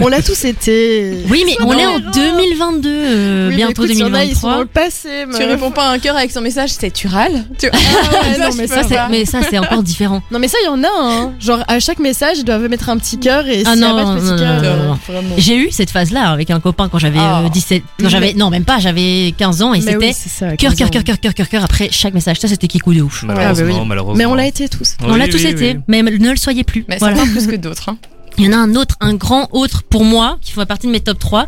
D: On l'a tous été.
B: Oui, mais on
D: Non.
B: est en 2022, euh,
D: Oui, mais
B: bientôt
D: écoute, il y en a, ils sont
B: 2023.
D: dans le passé.
C: Tu réponds pas à un cœur avec son message, c'est tu râles. Tu- Ah
D: ouais,
C: Ça,
D: non,
C: je
D: mais
C: peux
B: Ça,
C: pas.
B: c'est- Ah mais ça, c'est encore différent.
D: Non mais ça il y en a hein. Genre à chaque message ils doivent mettre un petit cœur et
B: Ah
D: s'il y a
B: non,
D: pas de petit
B: non,
D: cœur,
B: non, non,
D: euh,
B: non.
D: vraiment.
B: J'ai eu cette phase-là hein, avec un copain quand j'avais
C: Ah.
B: euh, 17. Non, j'avais non même pas. J'avais 15 ans et
D: Mais
B: c'était
D: oui, c'est ça,
B: cœur,
D: 15
B: cœur,
D: ans.
B: cœur, cœur, cœur, cœur, cœur après chaque message. Ça, c'était kikou de ouf.
E: Malheureusement,
D: Ah, bah oui.
E: malheureusement.
D: Mais on l'a été tous.
B: on
E: Oui,
B: l'a tous
E: oui,
B: été,
E: oui.
B: mais ne le soyez plus.
C: Mais
B: Voilà.
C: certains plus que d'autres. hein.
B: Il y en a un autre, un grand autre pour moi, qui fait partie de mes top 3.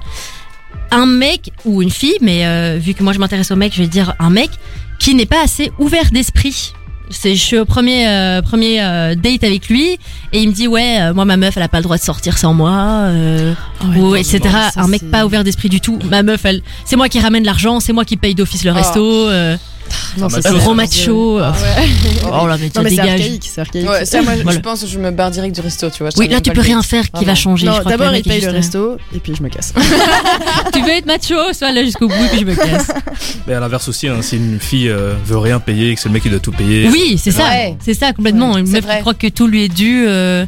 B: Un mec ou une fille, mais euh, vu que moi je m'intéresse aux mecs, je vais dire un mec qui n'est pas assez ouvert d'esprit. C'est, je suis au premier, euh, premier euh, date avec lui et il me dit ouais, euh, moi ma meuf elle a pas le droit de sortir sans moi, euh,
D: Ah
B: ou etc.
D: ça,
B: un mec
D: c'est-
B: pas ouvert d'esprit du tout. Ma meuf elle, c'est moi qui ramène l'argent, c'est moi qui paye d'office le
C: Ah.
B: resto, euh,
D: Non,
E: Ah,
D: ça,
E: bah,
D: c'est-
B: gros macho. euh, oh là mais,
D: Non
B: tiens,
D: mais c'est
B: dégage.
D: archaïque, c'est archaïque.
C: Ouais, ça, moi, je-
B: Voilà.
C: je pense que je me barre direct du resto, tu vois. je
B: Oui
C: tiens
B: là
C: même
B: tu
C: pas
B: peux
C: le
B: rien
C: date.
B: faire qui
C: Vraiment.
B: va changer. je
D: Non,
B: crois que
D: d'abord
B: le
D: il
B: mec est
D: paye le
B: juste, euh,
D: resto et puis je me casse.
B: tu veux être macho, sois là jusqu'au bout, puis je me casse.
E: Mais à l'inverse aussi, hein, si une fille euh, veut rien payer et que c'est le mec qui doit tout payer.
B: Oui, c'est ça,
C: Ouais.
B: c'est ça complètement. Une
C: c'est
B: meuf qui
C: vrai.
B: croit que tout lui est dû. euh,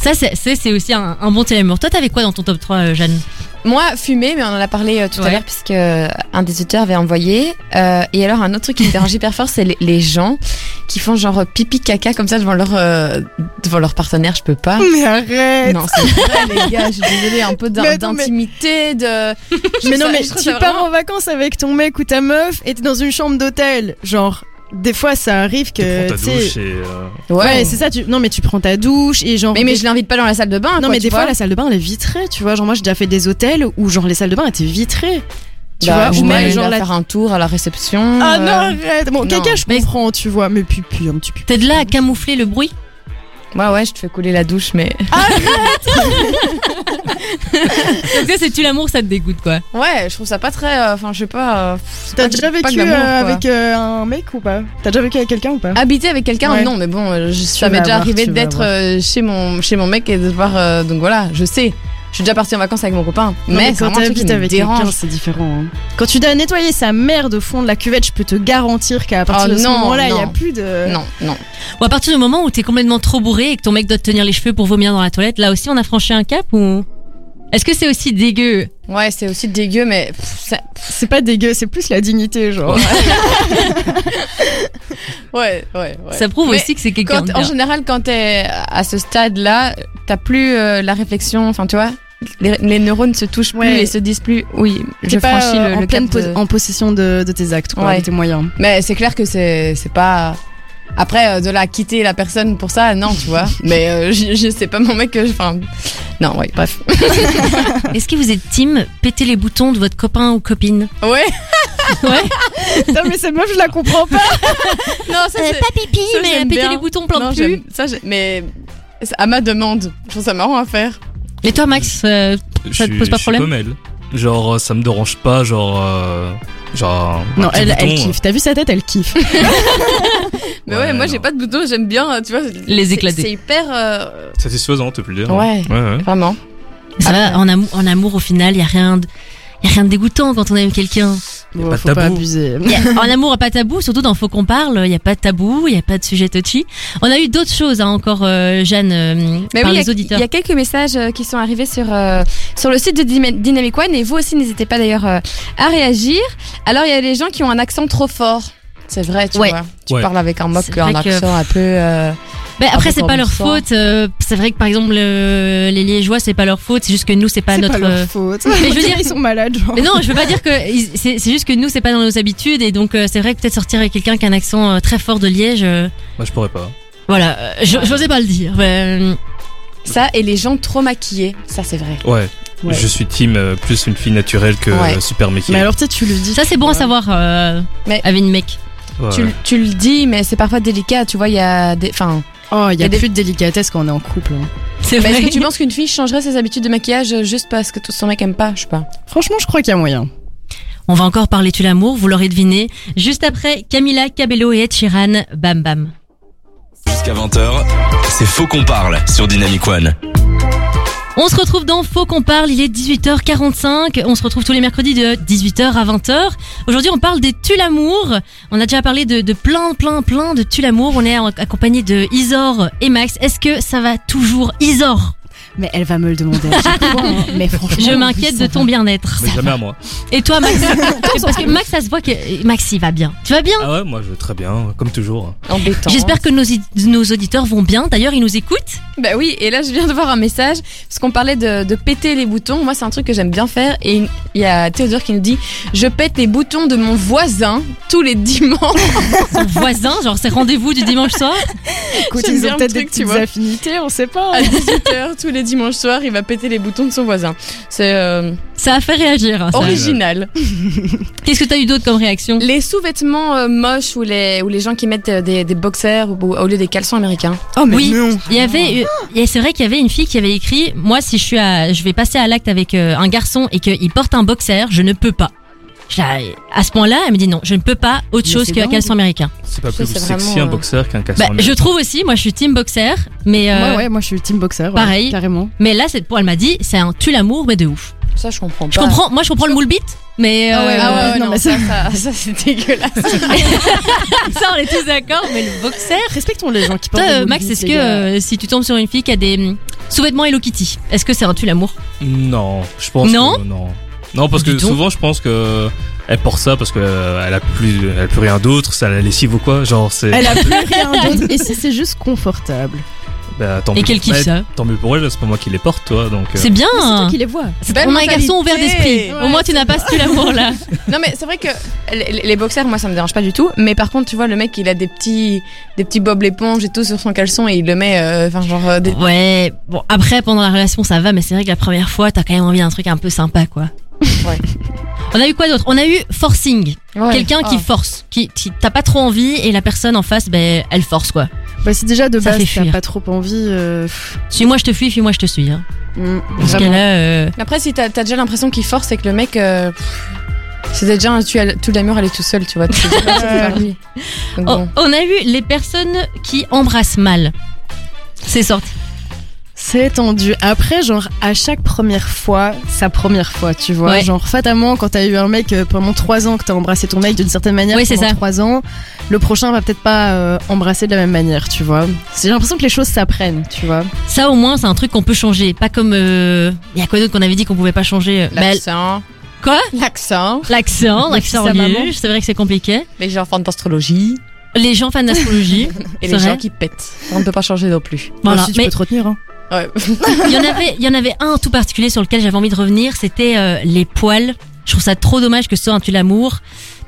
B: Ça, c'est- c'est c'est aussi un, un bon télémur. Toi, t'avais quoi dans ton top 3, euh, Jeanne
C: Moi, fumer, mais on en a parlé euh, tout
B: Ouais.
C: à l'heure, puisque euh, un des auteurs avait envoyé. Euh, et alors, un autre truc qui me dérange hyper fort, c'est les, les gens qui font genre euh, pipi caca comme ça devant leur, euh, devant leur partenaire. Je peux pas.
D: mais arrête.
C: Non, c'est vrai, les gars, je suis désolée, un peu
D: Mais
C: d'in-
D: attends, mais-
C: d'intimité, de. je
D: Mais
C: trouve
D: non
C: ça-
D: mais
C: je trouve
D: tu
C: ça
D: pars
C: vraiment-
D: en vacances avec ton mec ou ta meuf et t'es dans une chambre d'hôtel, genre des fois ça arrive
E: Tu prends
D: que
E: ta
D: tu sais-
E: douche et. euh,
D: Ouais, c'est ça tu non mais tu prends ta douche et genre
C: Mais, mais je l'invite pas dans la salle de bain.
D: Non
C: quoi,
D: mais
C: tu
D: des fois
C: vois.
D: la salle de bain elle est vitrée, tu vois, genre moi j'ai déjà fait des hôtels où genre les salles de bain étaient vitrées. Tu
C: Bah,
D: vois, ou
C: ouais,
D: même
C: il
D: genre
C: va
D: la
C: faire un tour à la réception.
D: Ah
C: euh,
D: non, arrête Bon,
C: non.
D: caca, je
B: Mais-
D: comprends, tu vois, mais puis, puis, un petit peu.
B: T'es de là à camoufler le bruit
C: Ouais, ouais, je te fais couler la douche, mais.
B: Donc ça, c'est tu l'amour, ça te dégoûte, quoi.
C: Ouais, je trouve ça pas très. euh, Enfin, je sais pas. euh, pff, c'est
D: T'as
C: pas-
D: déjà
C: pas de
D: vécu
C: l'amour,
D: euh,
C: quoi. Ah,
D: avec euh, un mec ou pas T'as déjà vécu avec quelqu'un ou pas
C: Habiter avec quelqu'un,
D: Ouais.
C: non, mais bon, euh, je- ça
D: vas
C: m'est déjà
D: voir,
C: arrivé
D: tu vas
C: d'être
D: voir.
C: euh, chez mon, chez mon mec et de voir. euh, donc voilà, je sais. Je suis déjà partie en vacances avec mon copain.
D: Non,
C: mais c'est
D: quand
C: vraiment un truc qui
D: t'habites
C: me
D: avec quelqu'un,
C: dérange.
D: c'est différent. hein. Quand tu dois nettoyer sa merde au fond de la cuvette, je peux te garantir qu'à partir
C: Oh,
D: de ce
C: non,
D: moment-là, il n'y a
C: non.
D: plus de.
C: Non, non.
B: Bon, à partir du moment où t'es complètement trop bourré et que ton mec doit te tenir les cheveux pour vomir dans la toilette, là aussi, on a franchi un cap ou Est-ce que c'est aussi dégueu
C: Ouais, c'est aussi dégueu, mais. pff, ça-
D: C'est pas dégueu, c'est plus la dignité, genre.
C: Ouais, ouais, ouais.
B: Ça prouve
C: Mais
B: aussi que c'est quelqu'un.
C: Quand-
B: de
C: en
B: bien.
C: général, quand t'es à ce stade-là, t'as plus euh, la réflexion. Enfin, tu vois, les, les neurones se touchent plus
D: Ouais.
C: et se disent plus. Oui,
D: T'es
C: je
D: pas,
C: franchis
D: euh,
C: le,
D: en
C: le cap.
D: pleine po-
C: de-
D: en possession de, de tes actes, quoi,
C: Ouais.
D: de tes moyens.
C: Mais c'est clair que c'est c'est pas. Après, euh, de la quitter la personne pour ça, non, tu vois. Mais euh, je, je sais pas mon mec. que je- Enfin, non, ouais, bref.
B: Est-ce que vous êtes team péter les boutons de votre copain ou copine
C: Ouais.
B: Ouais.
D: Putain, mais cette meuf, je la comprends pas.
C: Non, ça
B: Eh,
C: c'est.
B: Euh, pipi,
C: ça,
B: mais
C: j'aime
B: péter
C: bien.
B: les boutons plein
C: non,
B: de cul.
C: j'aime- ça, j'ai- mais c'est à ma demande. Je trouve ça marrant à faire.
B: Et toi, Max, euh,
E: je
B: te
E: suis-
B: pose pas
E: je suis
B: problème
E: comme elle. Genre, euh, ça me dérange pas, genre. euh, Genre. un
D: Non,
E: petit
D: elle, elle
E: bouton,
D: kiffe. T'as vu sa tête, elle kiffe.
C: Mais ouais,
E: Ouais,
C: moi
E: non.
C: j'ai pas de bouton, j'aime bien, euh, tu vois.
B: Les
C: c'est-
B: éclater.
C: C'est hyper. euh,
E: euh, Satisfaisant, tu peux le dire.
C: Ouais.
E: ouais.
C: Vraiment.
B: Ça va, en, amou- en amour, au final, il n'y a, rien de- y a rien de dégoûtant quand on aime quelqu'un.
E: Y a
D: Bon,
E: pas de
D: faut pas
E: tabou.
D: abuser.
B: Y a- En amour, y a pas de tabou, surtout dans Faut qu'on parle, il n'y a pas de tabou, il n'y a pas de sujet touchy. On a eu d'autres choses hein, encore, euh, Jeanne, euh,
C: Mais
B: par
C: oui, il
B: les
C: y a-
B: auditeurs.
C: Il y a quelques messages euh, qui sont arrivés sur, euh, sur le site de Dyma- Dynamic One et vous aussi n'hésitez pas d'ailleurs euh, à réagir. Alors il y a les gens qui ont un accent trop fort. C'est vrai, tu
B: Ouais.
C: vois. Tu
E: Ouais.
C: parles avec un mock,
B: C'est
C: un
B: vrai que-
C: accent un peu. euh,
B: Ben, après,
C: Ah,
B: c'est
C: d'accord,
B: pas leur
C: bonsoir.
B: faute. euh, c'est vrai que par exemple, le- les Liégeois, c'est pas leur faute, c'est juste que nous, c'est pas
D: C'est
B: notre.
D: pas
B: euh,
D: leur faute.
B: je veux dire-
D: ils sont malades, genre.
B: Mais non, je veux pas dire que ils- c'est c'est juste que nous, c'est pas dans nos habitudes et donc euh, c'est vrai que peut-être sortir avec quelqu'un qui a un accent euh, très fort de Liège, euh,
E: Moi, je pourrais pas.
B: voilà, euh, je- j'osais pas le dire. mais, euh,
C: ça et les gens trop maquillés. Ça, c'est vrai.
E: Ouais.
D: Ouais.
E: Je suis team euh, plus une fille naturelle que
C: Ouais.
E: euh, super maquillée.
D: Mais alors, tu sais, tu le dis.
B: ça, c'est bon à savoir. Euh,
C: Mais-
B: avec une mec.
E: Ouais.
C: Tu, tu le dis, mais c'est parfois délicat. Tu vois, il y a des. Enfin,
D: Oh, il y
C: Y
D: a
C: a des-
D: plus de délicatesse quand on est en couple. hein.
B: C'est
C: mais est-ce que tu penses qu'une fille changerait ses habitudes de maquillage euh, juste parce que tout son mec aime pas Je sais pas.
D: Franchement, je crois qu'il y a moyen.
B: On va encore parler tu l'amour, vous l'aurez deviné. Juste après, Camila Cabello et Ed Sheeran, bam bam.
A: Jusqu'à 20h, c'est Faux qu'on parle sur Dynamic One.
B: On se retrouve dans Faux qu'on parle, il est 18h45. On se retrouve tous les mercredis de 18h à 20h. Aujourd'hui, on parle des tu l'amour. On a déjà parlé de, de plein, plein, plein de tu l'amour. On est en- accompagné de Isor et Max. Est-ce que ça va toujours Isor
D: Mais elle va me le demander à chaque fois, hein. Mais franchement.
B: Je
D: oui,
B: m'inquiète
D: ça
B: de
D: va.
B: ton bien-être.
E: Mais jamais à moi.
B: Et toi, Max Parce que Max, ça se voit que Max, il va bien. Tu vas bien
E: Ah ouais, moi je vais très bien, comme toujours.
C: Embêtant.
B: J'espère que nos, i- nos auditeurs vont bien. D'ailleurs, ils nous écoutent.
C: Bah oui, et là je viens de voir un message parce qu'on parlait de, de péter les boutons. Moi, c'est un truc que j'aime bien faire. Et une- il y a Théodore qui nous dit Je pète les boutons de mon voisin tous les dimanches.
B: Son voisin, genre, c'est rendez-vous du dimanche soir.
D: Écoute,
C: J'aime
D: ils
C: bien
D: ont
C: le
D: peut-être des
C: truc, tu
D: petites
C: vois.
D: affinités, on sait pas.
C: À 18h, tous les dimanches soirs, il va péter les boutons de son voisin. C'est euh,
B: Ça a fait réagir. hein, ça.
C: original.
B: Qu'est-ce que t'as eu d'autre comme réaction
C: Les sous-vêtements euh, moches ou les, ou les gens qui mettent euh, des, des boxers ou, au lieu des caleçons américains.
D: Oh, mais
B: Oui.
D: non.
B: Il y avait, et c'est vrai qu'il y avait une fille qui avait écrit, moi si je suis à, je vais passer à l'acte avec euh, un garçon et qu'il porte un boxer, je ne peux pas. J'ai- À ce point-là, elle me dit non, je ne peux pas autre
D: Mais
B: chose
D: c'est
B: qu'un
D: dingue.
B: caleçon américain.
E: C'est pas
C: Ça,
E: plus
C: c'est
E: sexy
C: vraiment,
E: un
C: euh,
E: boxeur qu'un
B: Bah,
E: casseur.
B: je trouve aussi, moi je suis team boxer, mais euh,
D: Moi, ouais, moi je suis le team boxer. ouais,
B: pareil.
D: carrément.
B: mais là c'est pour elle m'a dit, c'est un tue l'amour mais de ouf.
C: Ça, je comprends pas.
B: Je comprends, moi je comprends le moule bit, mais euh,
C: Ah ouais, ouais, ouais,
D: non,
C: non,
D: mais
C: ça, ça, ça, c'est dégueulasse.
B: ça on est tous d'accord, mais le boxer.
D: Respectons les gens qui
B: Toi,
D: portent.
B: euh,
D: des
B: Max,
D: mobiles,
B: est-ce
D: les
B: que
D: gars.
B: euh, si tu tombes sur une fille qui a des hum, sous-vêtements Hello Kitty, est-ce que c'est un tue l'amour
E: Non, je pense
B: Non
E: que non. Non, parce
B: Dis
E: que
B: donc.
E: souvent je pense que euh, elle porte ça parce que euh, elle a plus, elle a plus rien d'autre, ça la lessive ou quoi. Genre c'est.
D: Elle a plus rien d'autre. Et si c'est juste confortable
E: Bah, tant
B: Et
E: mieux.
B: qu'elle kiffe
E: Ouais,
B: ça
E: Tant mieux pour elle, c'est pas moi qui les porte, toi. Donc. euh,
B: C'est bien.
D: C'est toi qui les vois.
B: C'est- On
C: Belle
B: a un
C: mentalité.
B: garçon ouvert d'esprit.
C: Ouais,
B: Au moins, tu n'as pas ce l'amour là.
C: Non mais c'est vrai que les, les boxers moi ça me dérange pas du tout mais par contre tu vois le mec il a des petits des petits bob l'éponge et tout sur son caleçon et il le met euh, enfin genre euh, des-
B: Ouais. Bon, après, pendant la relation, ça va, mais c'est vrai que la première fois, t'as quand même envie d'un truc un peu sympa, quoi.
C: Ouais.
B: On a eu quoi d'autre On a eu forcing.
C: Ouais.
B: Quelqu'un qui
C: Ah.
B: force. Qui, qui- t'as pas trop envie et la personne en face, ben, elle force, quoi.
D: Bah, si déjà de
B: Ça fait
D: base t'as
B: fuir.
D: pas trop envie. euh, pff,
B: Suis-moi, je te fuis, fuis-moi, je te suis. Hein.
D: mm.
B: Parce que
C: Vraiment.
B: là, euh,
C: Mais après si t'as t'as déjà l'impression qu'il force c'est que le mec euh, pff, c'était déjà un tu as tout l'amour elle est tout seul tu vois tu sais pas si c'est pas lui. Donc,
B: oh,
C: bon.
B: on a eu les personnes qui embrassent mal. C'est sorti.
D: C'est tendu. Après, genre, à chaque première fois, sa première fois, tu vois.
B: Ouais.
D: Genre, fatalement, quand t'as eu un mec euh, pendant trois ans, que t'as embrassé ton mec d'une certaine manière
B: Ouais, c'est
D: pendant
B: ça.
D: trois ans, le prochain va peut-être pas euh, embrasser de la même manière, tu vois. J'ai l'impression que les choses s'apprennent, tu vois.
B: Ça, au moins, c'est un truc qu'on peut changer. Pas comme. euh, Il y a quoi d'autre qu'on avait dit qu'on pouvait pas changer Ben,
C: l'accent
B: Quoi
C: l'accent
B: L'accent,
D: Le
B: l'accent
D: fils à maman.
B: luge, c'est vrai que c'est compliqué.
C: les gens fans d'astrologie
B: Les gens fans d'astrologie,
C: et
B: C'est
C: les
B: vrai.
C: gens qui pètent on ne peut pas changer non plus
B: voilà.
D: Aussi, tu
B: Mais
D: peux te retenir, hein.
C: ouais.
B: il y en avait, il y en avait un tout particulier sur lequel j'avais envie de revenir, c'était euh, les poils. Je trouve ça trop dommage que ce soit un tue l'amour,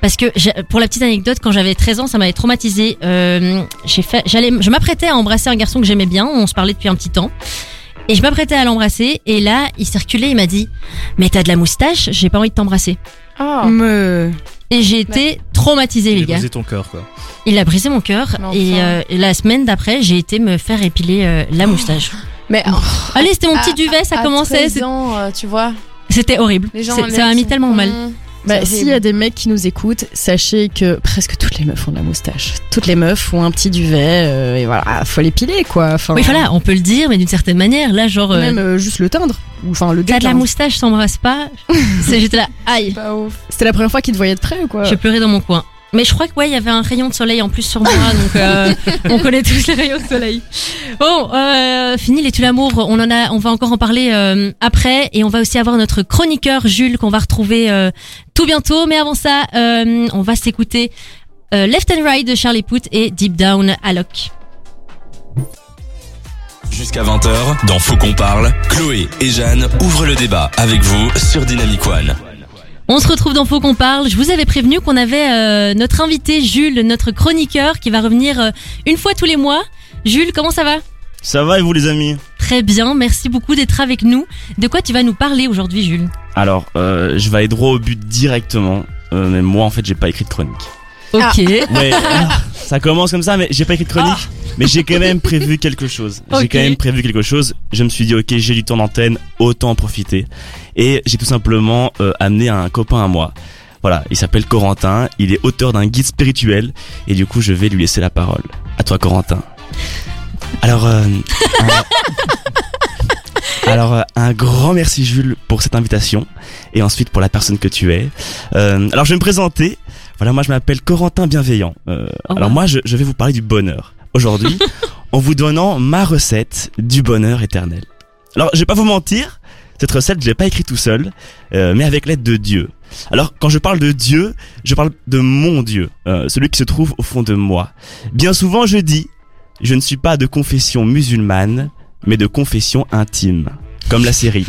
B: parce que j'ai- pour la petite anecdote, quand j'avais 13 ans, ça m'avait traumatisé. j'ai fait, j'allais, je m'apprêtais à embrasser un garçon que j'aimais bien, on se parlait depuis un petit temps. Et je m'apprêtais à l'embrasser, et là, il circulait, il m'a dit, mais t'as de la moustache, j'ai pas envie de t'embrasser.
C: Ah.
D: Me-
B: Et j'ai été traumatisée, les
E: il a
B: gars.
E: brisé ton cœur, quoi.
B: Il a brisé mon cœur
C: Mais enfin. Oh.
B: et euh, la semaine d'après, j'ai été me faire épiler euh, la moustache.
C: mais oh.
B: Allez, c'était mon petit
C: à-
B: duvet, ça
C: à
B: commençait.
C: 13 ans, euh, tu vois
B: C'était horrible.
C: les gens
B: C'est-
C: les
B: ça m'a
C: mecs
B: mis
C: sont Mm.
B: tellement mal.
C: cons.
D: Bah,
C: C'est
D: s'il
C: horrible.
D: y a des mecs qui nous écoutent, sachez que presque toutes les meufs ont de la moustache. Toutes les meufs ont un petit duvet, euh, et voilà, faut l'épiler, quoi. Enfin,
B: Oui, voilà, on peut le dire, mais d'une certaine manière, là, genre, euh,
D: Même euh, juste le teindre. Ou enfin, le
B: t'as de la
D: déteindre.
B: moustache, s'embrasse pas. C'est- J'étais là, aïe,
C: pas ouf
D: C'était la première fois qu'il te voyait de près ou quoi
B: j'ai pleuré dans mon coin. Mais je crois que ouais, il y avait un rayon de soleil en plus sur moi, donc euh, on connaît tous les rayons de soleil. Bon, euh, fini les tu l'amour, on en a, on va encore en parler euh, après, et on va aussi avoir notre chroniqueur Jules qu'on va retrouver euh, tout bientôt. Mais avant ça, euh, on va s'écouter euh, Left and Right de Charlie Puth et Deep Down Alok.
A: Jusqu'à 20h, dans Faut qu'on parle, Chloé et Jeanne ouvrent le débat avec vous sur Dynamic One.
B: On se retrouve dans Faux qu'on parle. Je vous avais prévenu qu'on avait euh, notre invité Jules, notre chroniqueur, qui va revenir euh, une fois tous les mois. Jules, comment ça va
F: Ça va et vous les amis
B: Très bien, merci beaucoup d'être avec nous. De quoi tu vas nous parler aujourd'hui, Jules
F: Alors, euh, je vais aller droit au but directement. Euh, mais moi, en fait, j'ai pas écrit de chronique.
B: Ok.
F: Ouais, ça commence comme ça, mais j'ai pas écrit de chronique. Mais j'ai quand même prévu quelque chose. J'ai
B: Ok.
F: quand même prévu quelque chose. Je me suis dit, ok, j'ai du temps d'antenne, autant en profiter. Et j'ai tout simplement euh, amené un copain à moi. Voilà, il s'appelle Corentin. Il est auteur d'un guide spirituel. Et du coup, je vais lui laisser la parole. À toi, Corentin. Alors, euh, un- alors euh, un grand merci, Jules, pour cette invitation. Et ensuite, pour la personne que tu es. Euh, alors, je vais me présenter. Voilà, moi je m'appelle Corentin Bienveillant. Euh,
B: Oh,
F: alors
B: wow.
F: moi je, je vais vous parler du bonheur. Aujourd'hui, en vous donnant ma recette du bonheur éternel. Alors, je vais pas vous mentir, cette recette, je l'ai pas écrite tout seul, euh, mais avec l'aide de Dieu. Alors, quand je parle de Dieu, je parle de mon Dieu, euh, celui qui se trouve au fond de moi. Bien souvent, je dis, je ne suis pas de confession musulmane, mais de confession intime, comme la série.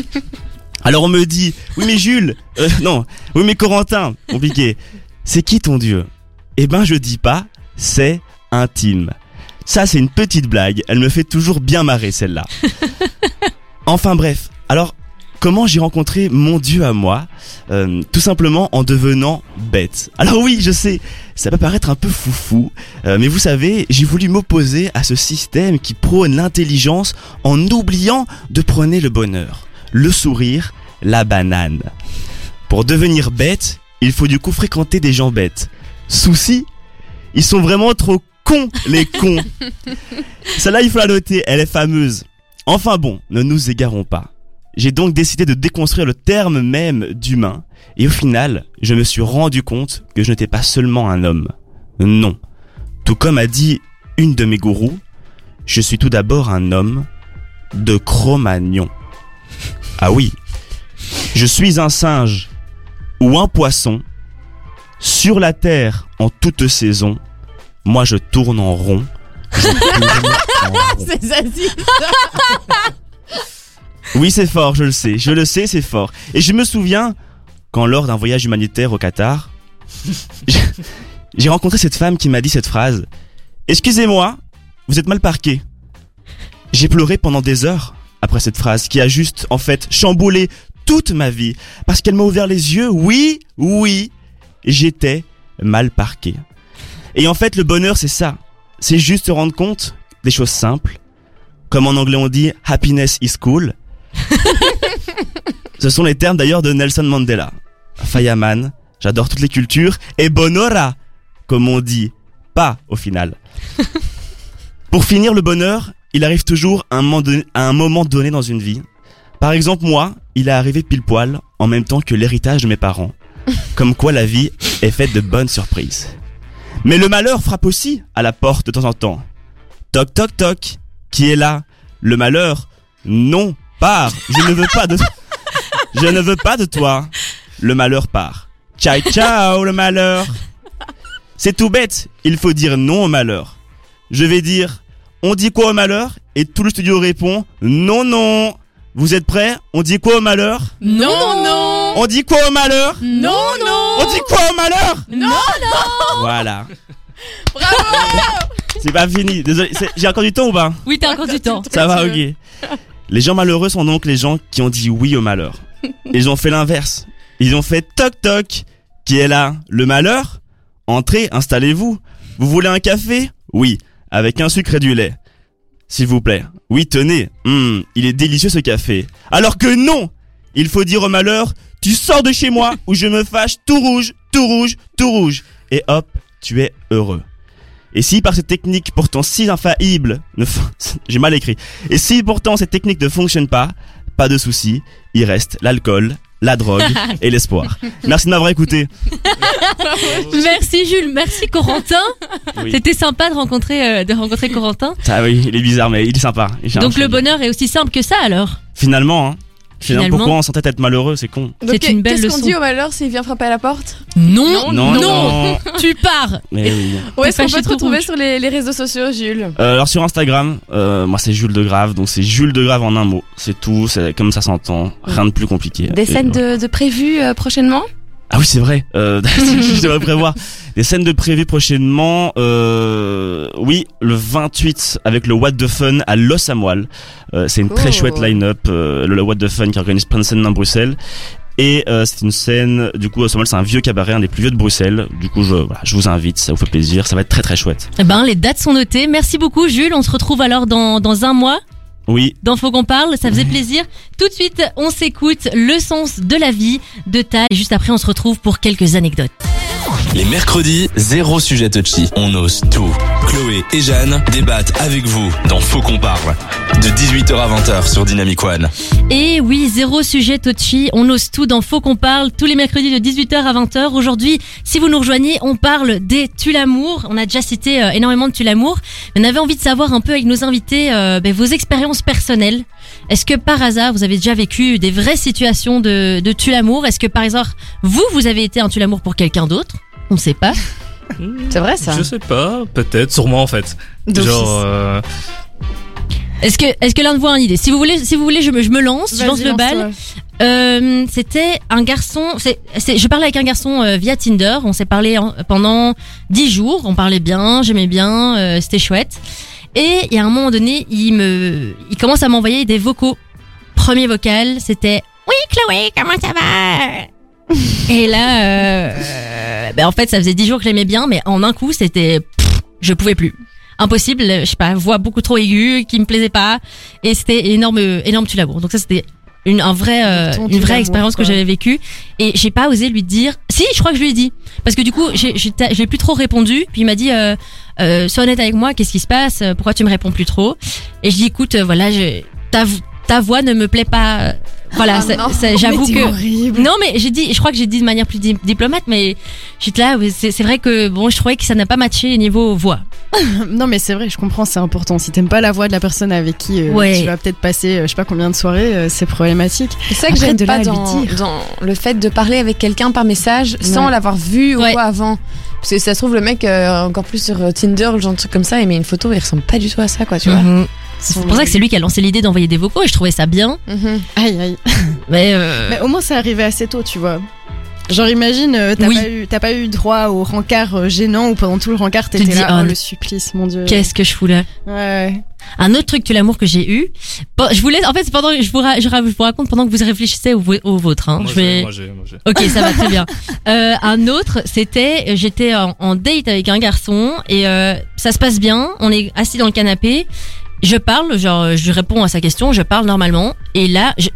F: Alors on me dit, oui mais Jules, euh, non, oui mais Corentin, compliqué, c'est qui ton Dieu Eh ben je dis pas, c'est intime. Ça c'est une petite blague, elle me fait toujours bien marrer celle-là. Enfin bref, alors comment j'ai rencontré mon Dieu à moi Euh, Tout simplement en devenant bête. Alors oui, je sais, ça peut paraître un peu foufou, euh, mais vous savez, j'ai voulu m'opposer à ce système qui prône l'intelligence en oubliant de prôner le bonheur, le sourire, la banane. Pour devenir bête, il faut du coup fréquenter des gens bêtes. Souci Ils sont vraiment trop cons, les cons Celle-là, il faut la noter, elle est fameuse. Enfin bon, ne nous égarons pas. J'ai donc décidé de déconstruire le terme même d'humain, et au final, je me suis rendu compte que je n'étais pas seulement un homme. Non. Tout comme a dit une de mes gourous, je suis tout d'abord un homme de Cro-Magnon. Ah oui, je suis un singe ou un poisson, sur la terre en toute saison, moi je tourne en rond. Je tourne en rond.
C: C'est ça, si.
F: Oui, c'est fort, je le sais. Je le sais, c'est fort. Et je me souviens quand, lors d'un voyage humanitaire au Qatar, j'ai- j'ai rencontré cette femme qui m'a dit cette phrase Excusez-moi, vous êtes mal parqué. J'ai pleuré pendant des heures après cette phrase qui a juste, en fait, chamboulé toute ma vie parce qu'elle m'a ouvert les yeux. Oui, oui, j'étais mal parqué. Et en fait, le bonheur, c'est ça. C'est juste se rendre compte des choses simples. Comme en anglais on dit, happiness is cool. Ce sont les termes d'ailleurs de Nelson Mandela. Fireman, j'adore toutes les cultures, et bonora, comme on dit, pas au final. Pour finir le bonheur, il arrive toujours à un moment donné- à un moment donné dans une vie. Par exemple, moi, il est arrivé pile poil en même temps que l'héritage de mes parents. Comme quoi la vie est faite de bonnes surprises. Mais le malheur frappe aussi à la porte de temps en temps. Toc toc toc, qui est là Le malheur Non, pars, je ne veux pas de Je ne veux pas de toi. Le malheur part. Ciao ciao le malheur. C'est tout bête, il faut dire non au malheur. Je vais dire on dit quoi au malheur et tout le studio répond non non. Vous êtes prêts On dit quoi au malheur
C: Non, non, non.
F: On dit quoi au malheur
C: Non, non.
F: On dit quoi au malheur
C: Non,
F: non Voilà.
C: Bravo.
F: C'est pas fini. Désolé, c'est- j'ai encore du temps ou pas
B: Oui, t'as encore du temps.
F: Ça va,
C: tu
F: ok. Les gens malheureux sont donc les gens qui ont dit oui au malheur. Ils ont fait l'inverse. Ils ont fait toc toc. Qui est là Le malheur Entrez, installez-vous. Vous voulez un café Oui, avec un sucre et du lait. S'il vous plaît. Oui, tenez. Hum, il est délicieux ce café. Alors que non Il faut dire au malheur, tu sors de chez moi ou je me fâche tout rouge, tout rouge, tout rouge. Et hop, tu es heureux. Et si par cette technique pourtant si infaillible, ne fon- j'ai mal écrit, et si pourtant cette technique ne fonctionne pas, pas de souci, il reste l'alcool, la drogue et l'espoir. Merci de m'avoir écouté.
B: Merci Jules, merci Corentin.
F: Oui.
B: C'était sympa de rencontrer, euh, de rencontrer Corentin.
F: Ah oui, il est bizarre mais il est sympa. Il est
B: Donc
F: un-
B: le bonheur est aussi simple que ça alors.
F: Finalement, hein. Finalement,
B: Finalement.
F: pourquoi on s'entête être malheureux, c'est con.
B: C'est
C: Donc,
B: une belle
C: Qu'est-ce
B: leçon.
C: qu'on dit au malheur s'il vient frapper à la porte
B: Non, Oh non,
F: non.
B: tu pars.
F: Mais oui.
C: Où est-ce
B: T'es
C: qu'on
B: fâché
C: peut te
B: tout
C: retrouver
B: rouge.
C: sur les, les réseaux sociaux, Jules
F: Euh, alors sur Instagram, euh, moi c'est Jules de Grave, donc c'est Jules de Grave en un mot, c'est tout, c'est comme ça s'entend, rien de plus compliqué.
C: Des
F: Et
C: scènes de, de prévues euh, prochainement
F: Ah oui, c'est vrai. Euh, je devrais prévoir des scènes de prévues prochainement. Euh, oui, le 28 avec le What the Fun à Los Amoal. Euh, c'est une très
C: Oh.
F: chouette line-up. euh, le What the Fun qui organise plein de scènes dans Bruxelles. Et euh, c'est une scène, du coup, Los Amoal, c'est un vieux cabaret, un des plus vieux de Bruxelles. Du coup, je, voilà, je vous invite, ça vous fait plaisir, ça va être très très chouette.
B: Eh ben, les dates sont notées. Merci beaucoup, Jules. On se retrouve alors dans, dans un mois.
F: Oui,
B: Dans Faut qu'on parle, ça faisait plaisir. Tout de suite, on s'écoute le sens de la vie de Tal. Et juste après, on se retrouve pour quelques anecdotes.
A: Les mercredis, zéro sujet touchy. On ose tout. Chloé et Jeanne débattent avec vous dans Faux qu'on parle. De 18h à 20h sur Dynamic One.
B: Et oui, zéro sujet touchy, on ose tout dans Faux qu'on parle tous les mercredis de 18h à 20h. Aujourd'hui, si vous nous rejoignez, on parle des Tu l'amour. On a déjà cité euh, énormément de Tu l'amour. On avait envie de savoir un peu avec nos invités euh, ben, vos expériences personnelles. Est-ce que par hasard, vous avez déjà vécu des vraies situations de, de Tu l'amour Est-ce que par hasard, vous, vous avez été un Tu l'amour pour quelqu'un d'autre on sait pas.
D: C'est vrai, ça
E: Je sais pas, peut-être, sûrement en fait.
D: D'office.
E: Genre, euh,
B: Est-ce que, est-ce que l'un de vous a une idée Si vous voulez, si vous voulez, je me, je me lance, je
D: Vas-y,
B: lance le
D: lance-toi.
B: bal. Euh, c'était un garçon. C'est, c'est- je parlais avec un garçon euh, via Tinder. On s'est parlé en- pendant dix jours. On parlait bien, j'aimais bien, euh, c'était chouette. Et il y a un moment donné, il me, il commence à m'envoyer des vocaux. Premier vocal, c'était Oui, Chloé, comment ça va Et là, euh, euh, ben en fait, ça faisait dix jours que je l'aimais bien, mais en un coup, c'était, pff, je pouvais plus. Impossible, je sais pas, voix beaucoup trop aiguë, qui me plaisait pas, et c'était énorme, euh, énorme tu l'amour. Donc ça, c'était une, un vrai, euh,
D: Ton tu
B: une vraie
D: l'amour,
B: expérience que
D: quoi.
B: j'avais vécue, et j'ai pas osé lui dire. Si, je crois que je lui ai dit, parce que du coup, j'ai j'ai ta- j'ai plus trop répondu. Puis il m'a dit, euh, euh, sois honnête avec moi, qu'est-ce qui se passe Pourquoi tu me réponds plus trop Et je dis, écoute, euh, voilà, je, ta, vo- ta voix ne me plaît pas. Euh, Voilà, ça- ça- euh, j'avoue que. Non, mais j'ai dit, je crois que j'ai dit de manière plus di- diplomate, mais j'étais là, ouais, c'est c'est vrai que bon, je trouvais que ça n'a pas matché niveau voix.
D: Non, mais c'est vrai, je comprends, c'est important. Si t'aimes pas la voix de la personne avec qui euh,
B: Ouais.
D: tu vas peut-être passer euh, je sais pas combien de soirées, euh, c'est problématique.
C: C'est ça que
D: Après,
C: j'aime
D: de là
C: pas
D: à lui
C: dans,
D: dire.
C: dans le fait de parler avec quelqu'un par message sans
D: Ouais.
C: l'avoir vu ou
B: Ouais.
C: quoi avant. Parce que ça se trouve, le mec, euh, encore plus sur euh, Tinder ou genre de truc comme ça, il met une photo et il ressemble pas du tout à ça, quoi, tu vois.
B: Mhm. C'est pour ça que c'est lui qui a lancé l'idée d'envoyer des vocaux et je trouvais ça bien.
C: Mhm.
D: Aïe, aïe.
B: Mais, euh,
D: Mais au moins, c'est arrivé assez tôt, tu vois. Genre, imagine, euh, t'as
B: Oui.
D: pas eu- t'as pas, eu droit au rencard euh, gênant ou pendant tout le rencard,
B: te
D: t'étais
B: dis,
D: là,
B: oh,
D: oh,
B: non.
D: le supplice, mon dieu.
B: qu'est-ce que je fous là
D: Ouais.
B: Un autre truc de l'amour que j'ai eu. Bon, je vous laisse. En fait, pendant je vous, ra- je, ra- je vous raconte pendant que vous réfléchissez au, vo- au vôtre. Hein.
E: moi,
B: je
E: j'ai-
B: vais.
E: moi, j'ai- moi, j'ai-
B: Ok, ça va très bien. Euh, un autre, c'était, euh, j'étais en, en date avec un garçon et euh, ça se passe bien. On est assis dans le canapé. Je parle, genre, euh, je réponds à sa question, je parle normalement. Et là, je-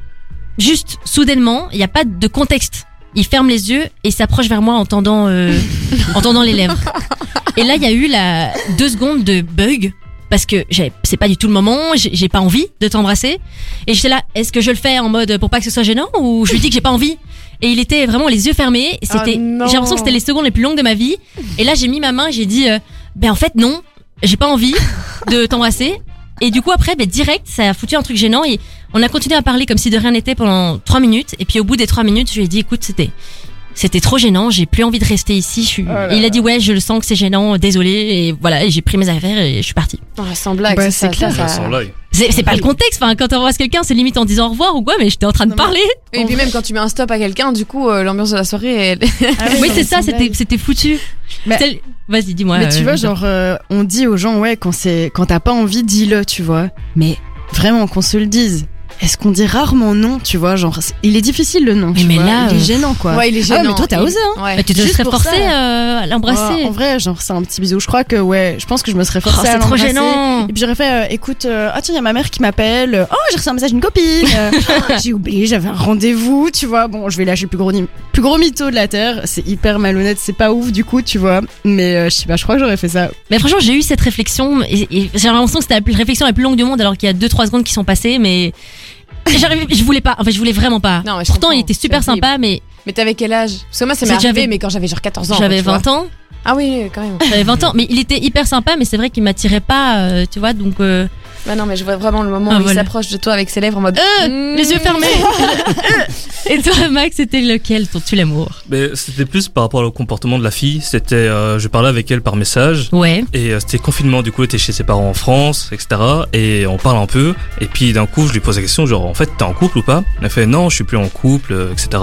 B: juste soudainement, il n'y a pas de contexte. Il ferme les yeux et s'approche vers moi en tendant, euh, en tendant les lèvres. Et là, il y a eu la deux secondes de bug parce que j'avais- c'est pas du tout le moment, j'ai j'ai pas envie de t'embrasser. Et j'étais là, est-ce que je le fais en mode pour pas que ce soit gênant ou je lui dis que j'ai pas envie Et il était vraiment les yeux fermés. et C'était,
C: non.
B: j'ai l'impression que c'était les secondes les plus longues de ma vie. Et là, j'ai mis ma main, j'ai dit, euh, ben en fait non, j'ai pas envie de t'embrasser. Et du coup après, ben direct, ça a foutu un truc gênant et on a continué à parler comme si de rien n'était pendant trois minutes. Et puis au bout des trois minutes, je lui ai dit, écoute, c'était c'était trop gênant, j'ai plus envie de rester ici. Je suis...
D: Ah là
B: il a dit ouais, je le sens que c'est gênant, désolé. Et voilà, et j'ai pris mes affaires et je suis partie.
C: Ah, sans blague,
D: Bah,
C: ça,
D: c'est
C: ça,
D: clair.
C: ça-
E: Ouais, sans l'œil.
B: C'est c'est pas le contexte. Enfin, quand on embrasse quelqu'un, c'est limite en disant au revoir ou quoi. Mais j'étais en train de
D: Non, mais-
B: parler.
C: Et puis même quand tu mets un stop à quelqu'un, du coup, euh, l'ambiance de la soirée, elle...
D: Ah
B: oui, c'est ça. C'était c'était foutu.
D: Mais-
B: C'était- Vas-y, dis-moi.
D: Mais tu
B: euh,
D: vois, genre, euh, on dit aux gens, ouais, quand c'est, quand t'as pas envie, dis-le, tu vois. Mais vraiment, qu'on se le dise. Est-ce qu'on dit rarement non, tu vois, genre, c'est- il est difficile le non,
B: Mais-
D: tu
B: mais
D: vois,
B: là,
D: il est
B: euh,
D: gênant quoi.
C: ouais, il est
D: Ah ouais,
C: gênant.
D: mais toi, t'as
C: Il-
D: osé, hein.
C: Ouais.
B: bah, tu te
D: juste
B: serais
D: pour
B: forcé
D: ça.
B: euh, à l'embrasser.
D: Ouais, en vrai, genre, c'est un petit bisou. Je crois que, ouais, je pense que je me serais
B: Oh,
D: forcée à
B: c'est trop
D: l'embrasser.
B: gênant.
D: Et puis j'aurais fait, euh, écoute, euh, ah tiens, il y a ma mère qui m'appelle. Oh, j'ai reçu un message d'une copine. Euh, j'ai oublié, j'avais un rendez-vous, tu vois. Bon, je vais lâcher le plus gros, ni- plus gros mytho de la terre. C'est hyper malhonnête, c'est pas ouf du coup, tu vois. Mais euh, je sais pas, je crois que j'aurais fait ça.
B: Mais franchement, j'ai eu cette réflexion et, et j'ai l'impression que c'était la plus- réflexion la plus longue du monde alors qu'il y a 2-3 secondes qui sont passées. Mais j'arrivais, je voulais pas. En fait, je voulais vraiment pas.
C: Non, mais je
B: Pourtant,
C: comprends.
B: il était super
C: C'est horrible.
B: sympa, mais
C: Mais t'avais quel âge Parce que moi, ça
B: C'est
C: m'est
B: que j'avais-
C: arrivé, mais quand j'avais genre 14 ans.
B: j'avais
C: tu vois.
B: 20 ans.
C: Ah oui, quand même.
B: J'avais 20 ans, mais il était hyper sympa, mais c'est vrai qu'il m'attirait pas, euh, tu vois, donc... euh,
C: Bah non, mais je vois vraiment le moment
B: Ah,
C: où il
B: voilà.
C: s'approche de toi avec ses lèvres en mode...
B: Euh,
C: Mm.
B: les yeux fermés Et toi, Max, c'était lequel, ton tu l'amour
E: Mais c'était plus par rapport au comportement de la fille. C'était, euh, je parlais avec elle par message.
B: Ouais.
E: Et euh, c'était confinement, du coup, elle était chez ses parents en France, etc. Et on parle un peu. Et puis d'un coup, je lui pose la question, genre, en fait, t'es en couple ou pas Elle fait, non, je suis plus en couple, euh, etc.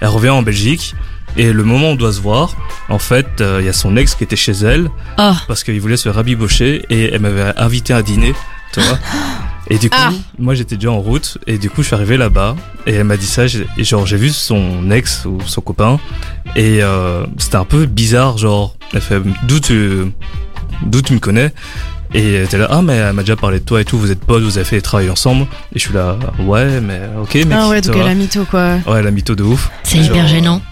E: Elle revient en Belgique. Et le moment où on doit se voir, en fait, euh, il y a son ex qui était chez elle
D: Ah.
B: Oh,
E: parce qu'il voulait se rabibocher et elle m'avait invité à dîner, tu vois. Et du coup,
C: Ah.
E: moi j'étais déjà en route et du coup je suis arrivé là-bas et elle m'a dit ça. j'ai- Et genre j'ai vu son ex ou son copain et euh, c'était un peu bizarre, genre elle fait d'où tu d'où tu me connais et elle était là ah mais elle m'a déjà parlé de toi et tout. Vous êtes potes, vous avez fait des travails ensemble et je suis là ouais mais ok mais
D: ah
E: qui-
D: ouais,
E: tu
D: donc
E: vois.
D: elle a mytho quoi.
E: ouais la mytho de ouf.
B: c'est
E: Genre,
B: hyper gênant.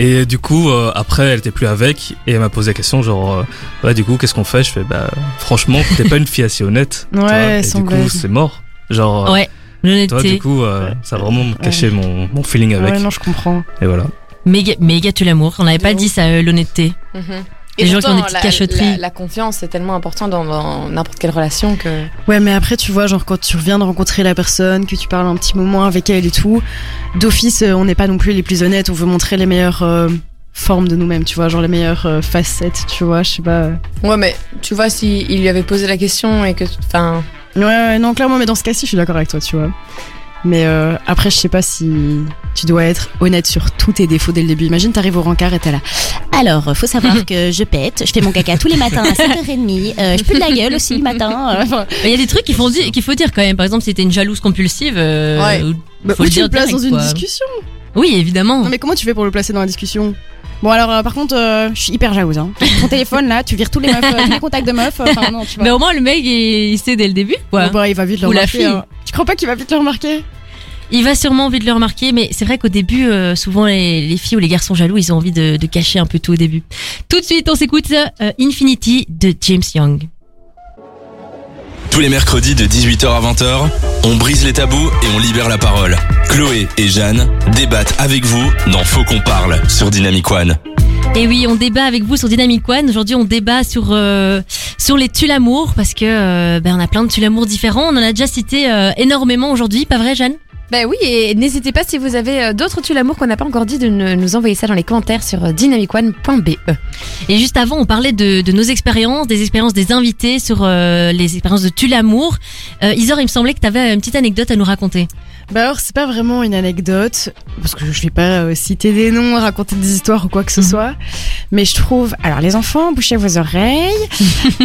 E: Et du coup, euh, après, elle était plus avec et elle m'a posé la question genre, euh, ouais, du coup, qu'est-ce qu'on fait Je fais, bah, franchement, t'es pas une fille assez honnête. tu
D: Ouais,
E: vois. et
D: sans
E: du coup,
D: blague.
E: c'est mort. Genre, euh,
B: Ouais,
E: toi, du
B: l'honnêteté.
E: coup, euh, ça a vraiment caché mon, mon feeling avec.
D: Ouais, non, je comprends.
E: Et voilà.
B: Méga, méga tu l'amour. On n'avait pas
C: De
B: dit ça, euh, l'honnêteté.
C: Mmh. Et
B: Les gens qui
C: pourtant,
B: ont des petites
C: la-
B: cachotteries.
C: La, la confiance est tellement importante dans- dans n'importe quelle relation que.
D: Ouais, mais après, tu vois, genre quand tu reviens de rencontrer la personne, que tu parles un petit moment avec elle et tout, d'office, euh, on n'est pas non plus les plus honnêtes, on veut montrer les meilleures euh, formes de nous-mêmes, tu vois, genre les meilleures euh, facettes, tu vois, je sais pas. euh.
C: Ouais, mais tu vois, si il lui avait posé la question et que, enfin,
D: Ouais, ouais, non, clairement, mais dans ce cas-ci, je suis d'accord avec toi, tu vois. Mais euh, après, je sais pas si tu dois être honnête sur tous tes défauts dès le début. Imagine, t'arrives au rencard et t'es là.
G: Alors, faut savoir que je pète, je fais mon caca tous les matins à 7h30, euh, je pue de la gueule aussi le matin.
B: Ah,
G: euh, enfin,
B: Mais Il y a des trucs qu'il faut, di- qu'il faut dire quand même. Par exemple, si t'es une jalouse compulsive, euh,
C: Ouais.
B: ou-
D: Bah,
B: faut
D: où
B: le
D: tu
B: dire
D: le places dans
B: direct,
D: une
B: quoi.
D: discussion
B: Oui, évidemment.
D: Non, mais comment tu fais pour le placer dans la discussion Bon, alors, euh, par contre, euh, je suis hyper jalouse. Hein. Ton téléphone, là, tu vires tous les, meufs, euh, tous les contacts de meufs. euh, Enfin, non, tu vois.
B: Mais au moins, le mec, il, il sait dès le début, quoi.
D: Bon, bah, il va vite le
B: Ou la
D: remarquer.
B: fille.
D: hein. Tu crois pas qu'il va vite le remarquer
B: Il va sûrement envie de le remarquer, mais c'est vrai qu'au début, euh, souvent, les, les filles ou les garçons jaloux, ils ont envie de, de cacher un peu tout au début. Tout de suite, on s'écoute euh, Infinity de James Young.
A: Tous les mercredis de 18h à 20h, on brise les tabous et on libère la parole. Chloé et Jeanne débattent avec vous dans Faut qu'on parle sur Dynamic One.
B: Et oui, on débat avec vous sur Dynamic One. Aujourd'hui, on débat sur euh, sur les tu l'amour parce que euh, ben on a plein de tu l'amour différents. On en a déjà cité euh, énormément aujourd'hui, pas vrai, Jeanne
C: ben oui. Et n'hésitez pas si vous avez euh, d'autres tu l'amour qu'on n'a pas encore dit de ne- nous envoyer ça dans les commentaires sur euh, dynamicone.be.
B: Et juste avant, on parlait de, de nos expériences, des expériences des invités sur euh, les expériences de tu l'amour. Euh, Isor, il me semblait que tu avais une petite anecdote à nous raconter.
D: Bah alors c'est pas vraiment une anecdote parce que je vais pas euh, citer des noms, raconter des histoires ou quoi
B: Mhm.
D: que ce soit, mais je trouve alors les enfants bouchez vos oreilles.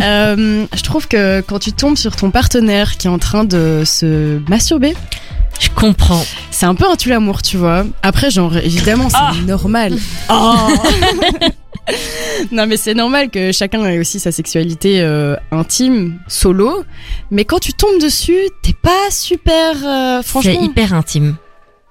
D: Euh, je trouve que quand tu tombes sur ton partenaire qui est en train de se masturber,
B: Je comprends.
D: c'est un peu un tu l'amour, tu vois. Après genre évidemment c'est
C: Ah
D: normal.
C: Oh.
D: non mais c'est normal que chacun ait aussi sa sexualité euh, intime solo, mais quand tu tombes dessus t'es pas super euh,
B: C'est
D: franchement,
B: hyper intime,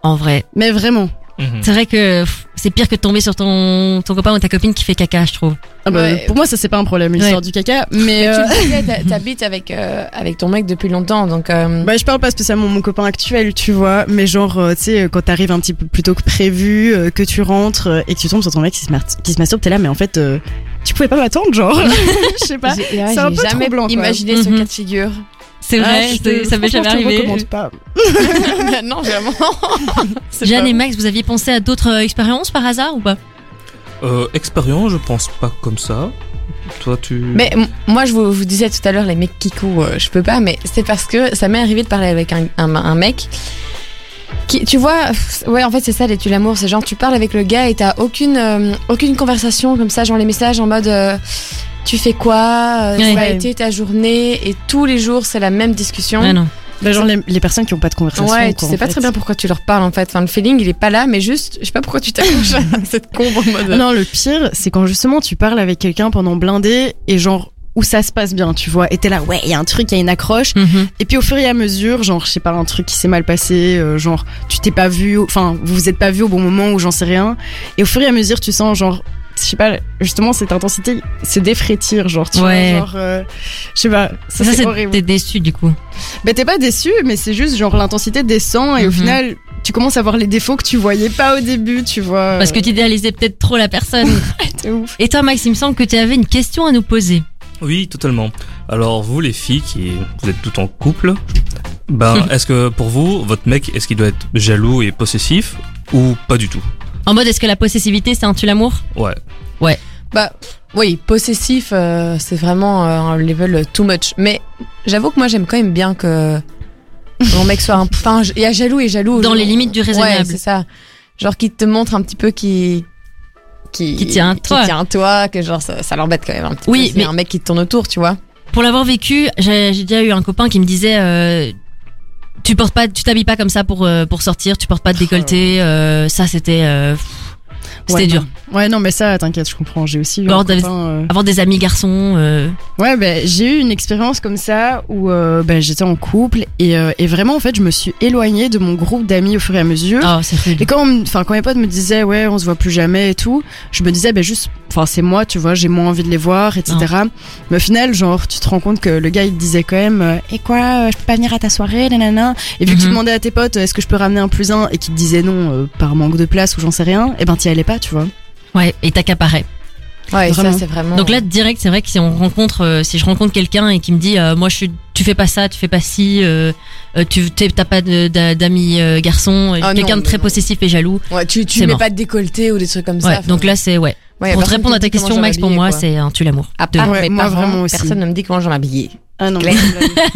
B: en vrai.
D: mais vraiment.
E: Mhm.
B: C'est vrai que pff, c'est pire que de tomber sur ton ton copain ou ta copine qui fait caca, je trouve.
D: Ah bah,
C: Ouais.
D: Pour moi, ça c'est pas un problème, l'histoire du caca. Mais
C: Tu
D: euh,
C: le disais, t'a- t'habites avec euh, avec ton mec depuis longtemps, donc. euh,
D: bah, je parle pas spécialement de mon copain actuel, tu vois. Mais genre, euh, tu sais, euh, quand t'arrives un petit peu plus tôt que prévu, euh, que tu rentres euh, et que tu tombes sur ton mec qui se, mar- qui se masturbe, t'es là, mais en fait, euh, tu pouvais pas m'attendre, genre. Je sais pas.
C: j'ai- ouais,
D: c'est un
C: j'ai
D: peu
C: jamais
D: troublant, quoi.
C: imaginé ce
B: Mhm.
C: cas de figure.
B: C'est
D: Ah,
B: vrai,
D: je
B: c'est-
D: te-
B: ça m'est jamais
D: franchement, je te
B: arrivé.
D: recommande pas.
C: non, vraiment.
B: Jeanne et Max, vous aviez pensé à d'autres euh, expériences par hasard ou pas
E: Euh, expérience, je pense pas comme ça. Toi, tu.
C: Mais m- moi, je vous, vous disais tout à l'heure, les mecs kiko, euh, je peux pas, mais c'est parce que ça m'est arrivé de parler avec un, un- un mec. Qui, tu vois, pff, ouais, en fait, c'est ça, les tu l'amour. C'est genre, tu parles avec le gars et t'as aucune, euh, aucune conversation comme ça, genre les messages en mode euh, tu fais quoi, euh,
B: Ouais.
C: ça a été ta journée, et tous les jours, c'est la même discussion.
B: Ah non.
D: Bah, genre, les, les personnes qui ont pas de conversation.
C: Ouais, tu
D: quoi,
C: sais
D: en
C: pas
D: fait.
C: très bien pourquoi tu leur parles en fait. Enfin, le feeling il est pas là, mais juste, je sais pas pourquoi tu t'accroches à cette combe en mode.
D: Ah Non, le pire, c'est quand justement tu parles avec quelqu'un pendant blindé et genre où ça se passe bien, tu vois. Et t'es là, ouais, il y a un truc, il y a une accroche.
B: Mhm.
D: Et puis au fur et à mesure, genre, je sais pas, un truc qui s'est mal passé, euh, genre, tu t'es pas vu, enfin, vous vous êtes pas vu au bon moment ou j'en sais rien. Et au fur et à mesure, tu sens, genre, je sais pas, justement, cette intensité se défrétir, genre, tu
B: Ouais.
D: vois, genre, euh, je sais pas, ça,
B: Ça,
D: c'est
B: c'est-
D: horrible.
B: t'es déçu du coup.
D: Bah, t'es pas déçu, mais c'est juste, genre, l'intensité descend et au
B: Mhm.
D: final, tu commences à voir les défauts que tu voyais pas au début, tu vois.
B: Parce que t'idéalisais peut-être trop la personne.
D: t'es ouf.
B: Et toi, Max, il me semble que tu avais une question à nous poser.
E: Oui, totalement. Alors, vous, les filles, qui vous êtes toutes en couple, ben, est-ce que pour vous, votre mec, est-ce qu'il doit être jaloux et possessif ou pas du tout
B: En mode, est-ce que la possessivité, c'est un tue l'amour
E: Ouais.
C: Bah oui, possessif, euh, c'est vraiment euh, un level too much. Mais j'avoue que moi j'aime quand même bien que mon mec soit un. Enfin, j- il y a jaloux et jaloux.
B: Dans
C: Genre-
B: les limites du
C: Ouais,
B: raisonnable.
C: c'est ça. Genre qui te montre un petit peu qui. Qui,
B: Qui tient à toi.
C: Qui tient à toi, que genre ça, ça l'embête quand même un petit
B: Oui,
C: peu. s'il y a
B: mais-
C: un mec qui te tourne autour, tu vois.
B: Pour l'avoir vécu, j'ai j'ai déjà eu un copain qui me disait euh, Tu portes pas, tu t'habilles pas
C: Oh.
B: comme ça pour, euh, pour sortir, tu portes pas de décolleté. euh, ça, c'était. euh, pff, c'était
D: Ouais,
B: dur.
D: non. Ouais, non, mais ça, t'inquiète, je comprends. J'ai aussi eu un
B: Bon, t'as-
D: copain, euh,
B: Avoir des amis garçons. euh,
D: Ouais, ben j'ai eu une expérience comme ça où euh, ben, j'étais en couple et, euh, et vraiment, en fait, je me suis éloignée de mon groupe d'amis au fur et à mesure.
C: Hein
B: Oh, c'est
D: Et
B: rude.
D: quand, on me- enfin, quand mes potes me disaient, ouais, on se voit plus jamais et tout, je me disais, ben juste, enfin, c'est moi, tu vois, j'ai moins envie de les voir, etc. Mais au final, genre, tu te rends compte que le gars, il te disait quand même, euh, et quoi, euh, je peux pas venir à ta soirée, nanana. Et vu que tu
B: Mhm.
D: demandais à tes potes, euh, est-ce que je peux ramener un plus un, et qu'ils te disaient non, euh, par manque de place ou j'en sais rien, et ben t'y allais pas, tu vois.
B: Ouais, et t'accaparais.
C: Ouais, et ça
D: Vraiment.
C: c'est vraiment.
B: Donc là, direct, c'est vrai que si on rencontre, euh, si je rencontre quelqu'un et qui me dit, euh, moi, je suis, tu fais pas ça, tu fais pas ci, euh, euh, tu t'es- t'as pas de- d'a- d'amis euh, garçons, euh,
C: Ah non,
B: quelqu'un de
C: mais
B: très
C: non.
B: possessif et jaloux.
C: Ouais, tu tu
B: C'est
C: mets
B: mort.
C: pas de décolleté ou des trucs comme
B: Ouais,
C: ça.
B: donc là, c'est ouais. Pour te répondre à ta question, Max, pour moi, c'est un tu l'amour.
C: À
B: de-
C: part
D: Ouais,
C: mes
D: moi,
C: parents,
D: vraiment aussi.
C: personne ne me dit comment je vais m'habiller.
D: Ah non.
C: Claire.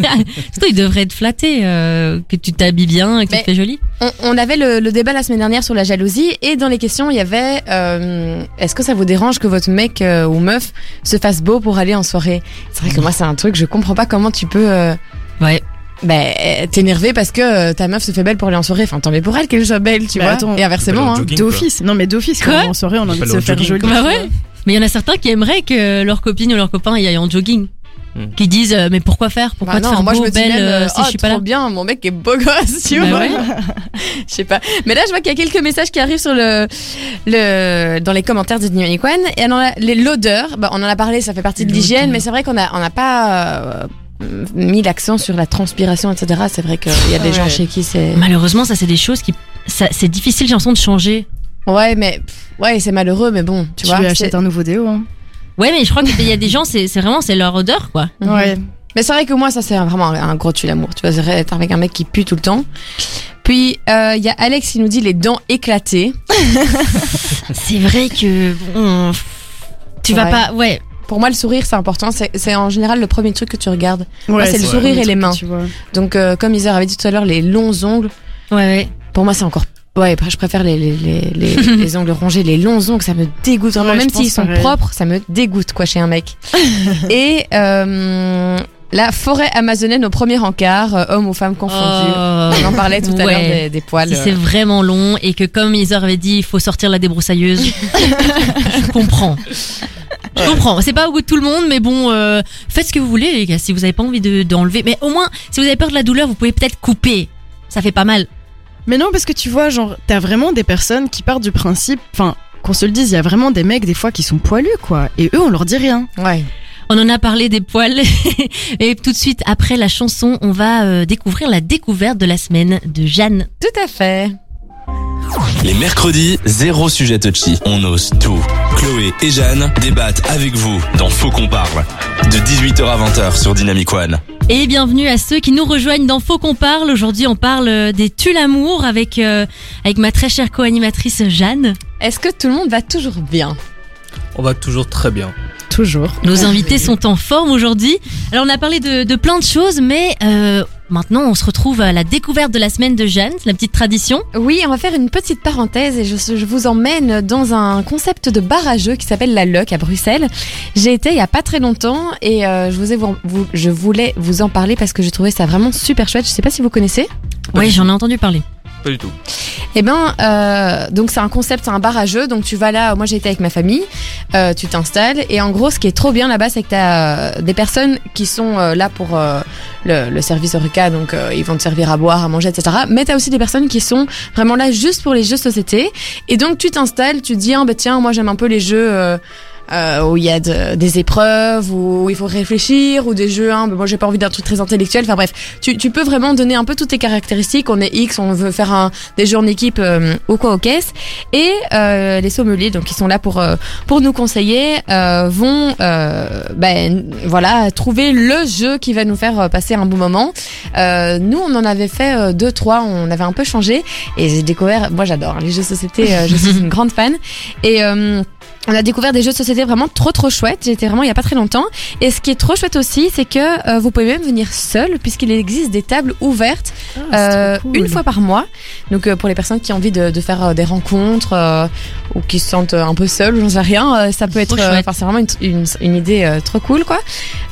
B: Surtout, il devrait te flatter euh, que tu t'habilles bien, que tu
C: Mais- Bah
B: te fais jolie.
C: On, on avait le, le débat la semaine dernière sur la jalousie et dans les questions il y avait euh, est-ce que ça vous dérange que votre mec euh, ou meuf se fasse beau pour aller en soirée C'est vrai que moi c'est un truc je comprends pas comment tu peux euh,
B: Ouais.
C: bah, euh, t'énerver parce que euh, ta meuf se fait belle pour aller en soirée. Enfin tant mieux pour elle qu'elle soit belle tu
D: Bah,
C: vois.
D: attends.
C: et inversement
E: Bah,
C: hein.
E: jogging, quoi.
D: D'office. Non, mais d'office,
B: Quoi
D: quand on est en soirée, on a envie de
E: J'appelle
D: se
E: au
D: faire
E: jogging,
D: joli.
B: Bah ouais. Mais il y en a certains qui aimeraient que leur copine ou leur copain y aille en jogging.
E: Hmm.
B: Qui disent, euh, mais pourquoi faire Pourquoi
C: Bah
B: te
C: non,
B: faire
C: moi
B: beau,
C: je me dis
B: belle,
C: même,
B: euh,
C: euh,
B: si
C: oh,
B: je suis pas
C: trop
B: là
C: bien, mon mec est beau gosse, tu
B: Bah
C: vois.
B: ouais.
C: Je sais pas. Mais là, je vois qu'il y a quelques messages qui arrivent sur le, le, dans les commentaires de Dynamic One. Et alors, là, les- l'odeur, bah, on en a parlé, ça fait partie de l'hygiène,
B: L'odeur.
C: mais c'est vrai qu'on a, on n'a pas euh, mis l'accent sur la transpiration, etc. C'est vrai qu'il y a des gens
D: Ouais.
C: chez qui c'est.
B: Malheureusement, ça, c'est des choses qui. ça- C'est difficile, j'ai l'impression, de changer.
C: Ouais, mais, pff, ouais, c'est malheureux, mais bon, tu,
D: Tu
C: vois.
D: lui
C: c'est-
D: achètes un nouveau déo, hein.
B: Ouais, mais je crois qu'il y a des gens, c'est c'est vraiment c'est leur odeur, quoi.
C: Mhm.
D: Ouais.
C: Mais c'est vrai que moi, ça, c'est vraiment un, un gros tue l'amour. Tu vois, c'est vrai, être avec un mec qui pue tout le temps. Puis, euh, il y a Alex qui nous dit les dents éclatées.
B: C'est vrai que. bon, tu vas
C: Ouais.
B: pas. Ouais.
C: Pour moi, le sourire, c'est important. C'est c'est en général le premier truc que tu regardes.
D: Ouais,
C: c'est le
D: vrai,
C: sourire et
D: truc
C: les
D: que
C: mains.
D: Tu vois.
C: Donc, euh, comme Isère avait dit tout à l'heure, les longs ongles,
B: Ouais, ouais.
C: pour moi, c'est encore. Ouais, je préfère les, les, les, les, les ongles rongés, les longs ongles, ça me dégoûte vraiment.
D: Ouais, je
C: Même
D: pense
C: s'ils sont
D: pareil.
C: propres, ça me dégoûte, quoi, chez un mec. et euh, la forêt amazonienne au premier encart, euh, hommes ou femmes confondus.
B: Oh.
C: On en parlait tout
B: Ouais.
C: à l'heure des, des poils.
B: Si c'est vraiment long et que, comme Isor avait dit, il faut sortir la débroussailleuse. je comprends. Je comprends. C'est pas au goût de tout le monde, mais bon, euh, faites ce que vous voulez, les gars. Si vous avez pas envie de- d'enlever. mais au moins, si vous avez peur de la douleur, vous pouvez peut-être couper. Ça fait pas mal.
D: Mais non, parce que tu vois, genre, t'as vraiment des personnes qui partent du principe, enfin, qu'on se le dise, il y a vraiment des mecs des fois qui sont poilus, quoi. Et eux, on leur dit rien.
C: Ouais.
B: On en a parlé des poils. et tout de suite, après la chanson, on va euh, découvrir la découverte de la semaine de Jeanne.
C: Tout à fait.
A: Les mercredis, zéro sujet touchy. On ose tout. Chloé et Jeanne débattent avec vous dans Faux qu'on parle. De 18h à 20h sur Dynamic One.
B: Et bienvenue à ceux qui nous rejoignent dans Faux qu'on parle. Aujourd'hui, on parle euh, des tu l'amour avec euh, avec ma très chère co-animatrice Jeanne.
C: Est-ce que tout le monde va toujours bien
E: On va toujours très bien.
D: Toujours.
B: Nos invités sont en forme aujourd'hui. Alors, on a parlé de, de plein de choses, mais euh, maintenant, on se retrouve à la découverte de la semaine de Jeanne. C'est la petite tradition.
C: Oui, on va faire une petite parenthèse et je, je vous emmène dans un concept de bar à jeux qui s'appelle la Loc à Bruxelles. J'ai été il y a pas très longtemps et euh, je, vous ai, vous- vous- je voulais vous en parler parce que j'ai trouvé ça vraiment super chouette. Je sais pas si vous connaissez.
B: Oui, j'en ai entendu parler.
E: Pas du tout.
C: Eh ben, euh, donc c'est un concept, c'est un bar à jeux. Donc tu vas là, moi j'ai été avec ma famille, euh, tu t'installes et en gros ce qui est trop bien là-bas c'est que t'as euh, des personnes qui sont euh, là pour euh, le, le service Horeca, donc euh, ils vont te servir à boire, à manger, etc. Mais t'as aussi des personnes qui sont vraiment là juste pour les jeux de société. Et donc tu t'installes, tu dis ah bah tiens moi j'aime un peu les jeux. euh, euh, où il y a de- des épreuves, où il faut réfléchir, ou des jeux, hein, mais moi j'ai pas envie d'un truc très intellectuel, enfin bref, tu, tu peux vraiment donner un peu toutes tes caractéristiques, on est X, on veut faire un, des jeux en équipe euh, ou quoi aux caisses. Et euh, les sommeliers, donc qui sont là pour euh, pour nous conseiller, euh, vont euh, ben voilà trouver le jeu qui va nous faire euh, passer un bon moment. Euh, nous, on en avait fait euh, deux trois, on avait un peu changé et j'ai découvert. Moi, j'adore hein, les jeux de société, euh, je suis une grande fan et euh, on a découvert des jeux de société vraiment trop trop chouettes. J'étais vraiment il y a pas très longtemps. Et ce qui est trop chouette aussi, c'est que euh, vous pouvez même venir seul puisqu'il existe des tables ouvertes
B: Ah,
C: euh, une fois par mois. Donc euh, pour les personnes qui ont envie de, de faire euh, des rencontres euh, ou qui se sentent euh, un peu seules, j'en sais rien, euh, ça peut
B: Trop
C: être. euh,
B: chouette.
C: Enfin c'est vraiment une, une, une idée euh, trop cool quoi.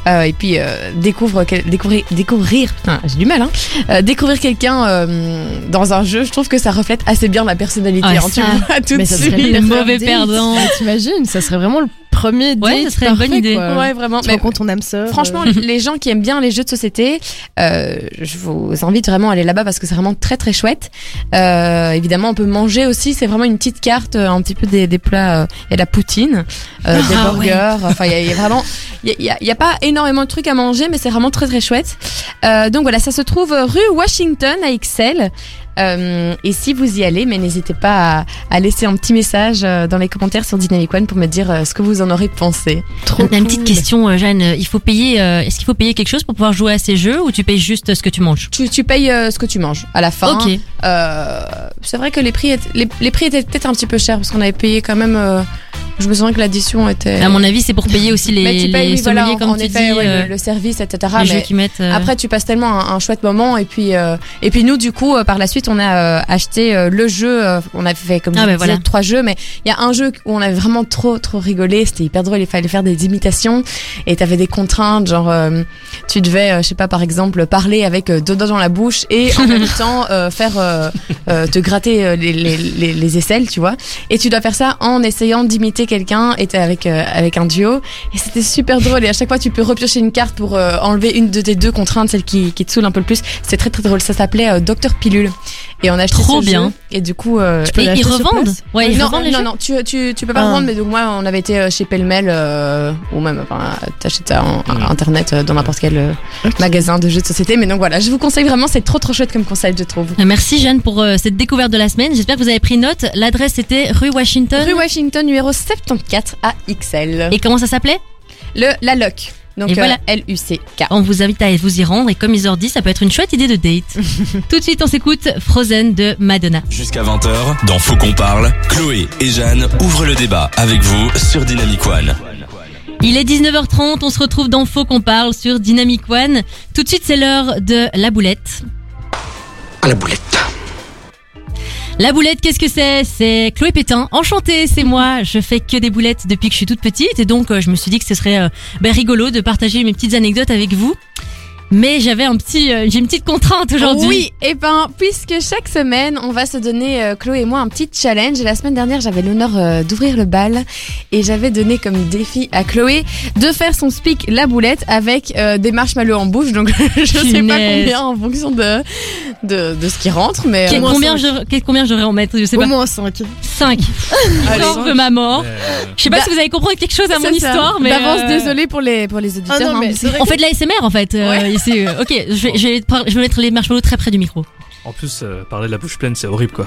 C: Euh, et puis euh, découvre quel- découvrir découvrir. putain, J'ai du mal hein. Euh, découvrir quelqu'un euh, dans un jeu, je trouve que ça reflète assez bien la personnalité.
B: Ouais,
C: hein, tu
B: ça.
C: vois tout de
D: Mais ça serait
C: suite.
B: Le
D: le
B: mauvais
D: date.
B: perdant.
D: Ah, T'imagines, ça serait vraiment le premier date.
B: Ouais, ça serait une bonne
D: parfait,
B: idée.
D: quoi.
C: Ouais vraiment.
D: Tu te
C: Mais-
D: rends compte, on aime
B: Euh.
D: ça.
C: Franchement, les gens qui aiment bien les jeux de société, euh, je vous invite vraiment à aller là-bas parce que c'est vraiment très très chouette. Euh, évidemment, on peut manger aussi. C'est vraiment une petite carte, euh, un petit peu des, des plats euh, et de la poutine, euh, des
B: Ah ouais.
C: burgers. Enfin, il y, a- il y a vraiment, il y a- il y a, il y a pas énormément de trucs à manger, mais c'est vraiment très très chouette. Euh, donc voilà, ça se trouve rue Washington à Excel. Euh, et si vous y allez, mais n'hésitez pas à, à laisser un petit message euh, dans les commentaires sur Dynamic One pour me dire euh, ce que vous en aurez pensé.
B: On a une petite question, euh, Jeanne. Il faut payer. euh, Est-ce qu'il faut payer quelque chose pour pouvoir jouer à ces jeux ou tu payes juste euh, ce que tu manges
C: Tu, tu payes euh, ce que tu manges à la fin.
B: Ok.
C: Hein, Euh, c'est vrai que les prix, étaient- les, les prix étaient peut-être un petit peu chers parce qu'on avait payé quand même. euh, je me souviens que l'addition était.
B: À mon avis, c'est pour payer aussi les,
C: mais bah, tu payes,
B: les
C: oui, voilà,
B: sommeliers,
C: en-
B: comme
C: en
B: tu
C: effet,
B: dis,
C: ouais,
B: euh,
C: le, le service, etc.
B: les
C: mais
B: jeux qui mettent. euh,
C: après, tu passes tellement un, un chouette moment et puis euh, et puis nous, du coup, euh, par la suite, on a euh, acheté euh, le jeu. euh, on a fait comme
B: Ah,
C: je
B: bah,
C: disais,
B: voilà.
C: trois jeux, mais il y a un jeu où on avait vraiment trop trop rigolé. C'était hyper drôle. Il fallait faire des imitations et t'avais des contraintes, genre euh, tu devais, euh, je sais pas, par exemple, parler avec euh, deux doigts dans la bouche et en même temps euh, faire euh, euh, te gratter euh, les, les, les, les aisselles, tu vois. Et tu dois faire ça en essayant d'imiter quelqu'un et t'es avec euh, avec un duo. Et c'était super drôle. Et à chaque fois, tu peux repiocher une carte pour euh, enlever une de tes deux contraintes, celle qui, qui te saoule un peu le plus. C'est très très drôle. Ça s'appelait euh, Docteur Pilule. Et on a acheté
B: Trop
C: ce
B: bien.
C: jeu. Et du coup, euh,
D: peux
B: Et
D: l'acheter
B: ils
D: sur
B: revendent.
D: place
B: Ouais, ils
C: non,
B: revendent les
C: non,
B: jeux.
C: non, tu, tu, tu peux pas
B: Ah.
C: le vendre, mais donc moi, on avait été euh, chez Pelmel, euh, ou même, enfin, t'achètes ça en, à internet euh, dans n'importe quel euh, magasin de jeux de société. Mais donc voilà, je vous conseille vraiment, c'est trop trop chouette comme concept, je trouve.
B: Euh, Merci Jeanne pour euh, cette découverte de la semaine. J'espère que vous avez pris note. L'adresse était rue Washington.
C: Rue Washington, numéro 74 à XL.
B: Et comment ça s'appelait
C: Le, la LOC. Donc,
B: Et
C: euh,
B: voilà.
C: L-U-C-K.
B: On vous invite à vous y rendre et comme ils ont dit, ça peut être une chouette idée de date. Tout de suite, on s'écoute Frozen de Madonna.
A: Jusqu'à 20h, dans Faut qu'on parle, Chloé et Jeanne ouvrent le débat avec vous sur Dynamic One.
B: Il est 19h30, on se retrouve dans Faux qu'on parle sur Dynamic One. Tout de suite, c'est l'heure de la boulette.
H: À la boulette.
B: La boulette, qu'est-ce que c'est C'est Chloé Pétain. Enchantée, c'est moi. Je fais que des boulettes depuis que je suis toute petite et donc euh, je me suis dit que ce serait euh, ben, rigolo de partager mes petites anecdotes avec vous. Mais j'avais un petit, euh, j'ai une petite contrainte aujourd'hui.
C: Oui, et ben, puisque chaque semaine, on va se donner, euh, Chloé et moi, un petit challenge. Et la semaine dernière, j'avais l'honneur euh, d'ouvrir le bal et j'avais donné comme défi à Chloé de faire son speak la boulette avec euh, des marshmallows en bouche. Donc, je sais pas
B: Punaise.
C: combien en fonction de, de, de ce qui rentre, mais.
B: Quel-
C: euh,
B: combien, je, quel- combien je devrais en mettre Je sais
D: Au
B: pas.
D: moins 5.
B: 5. Histoire de ma mort.
E: euh,
B: Je sais pas
C: Bah,
B: si vous allez comprendre quelque chose à mon
C: c'est ça.
B: histoire, mais.
C: D'avance,
B: euh,
C: désolé pour les, pour
D: Ah
C: les auditeurs. hein.
B: On fait de l'ASMR en fait. euh, ici, euh, ok, je vais, je, vais par- je vais mettre les marshmallows très près du micro.
E: En plus, euh, parler de la bouche pleine, c'est horrible quoi.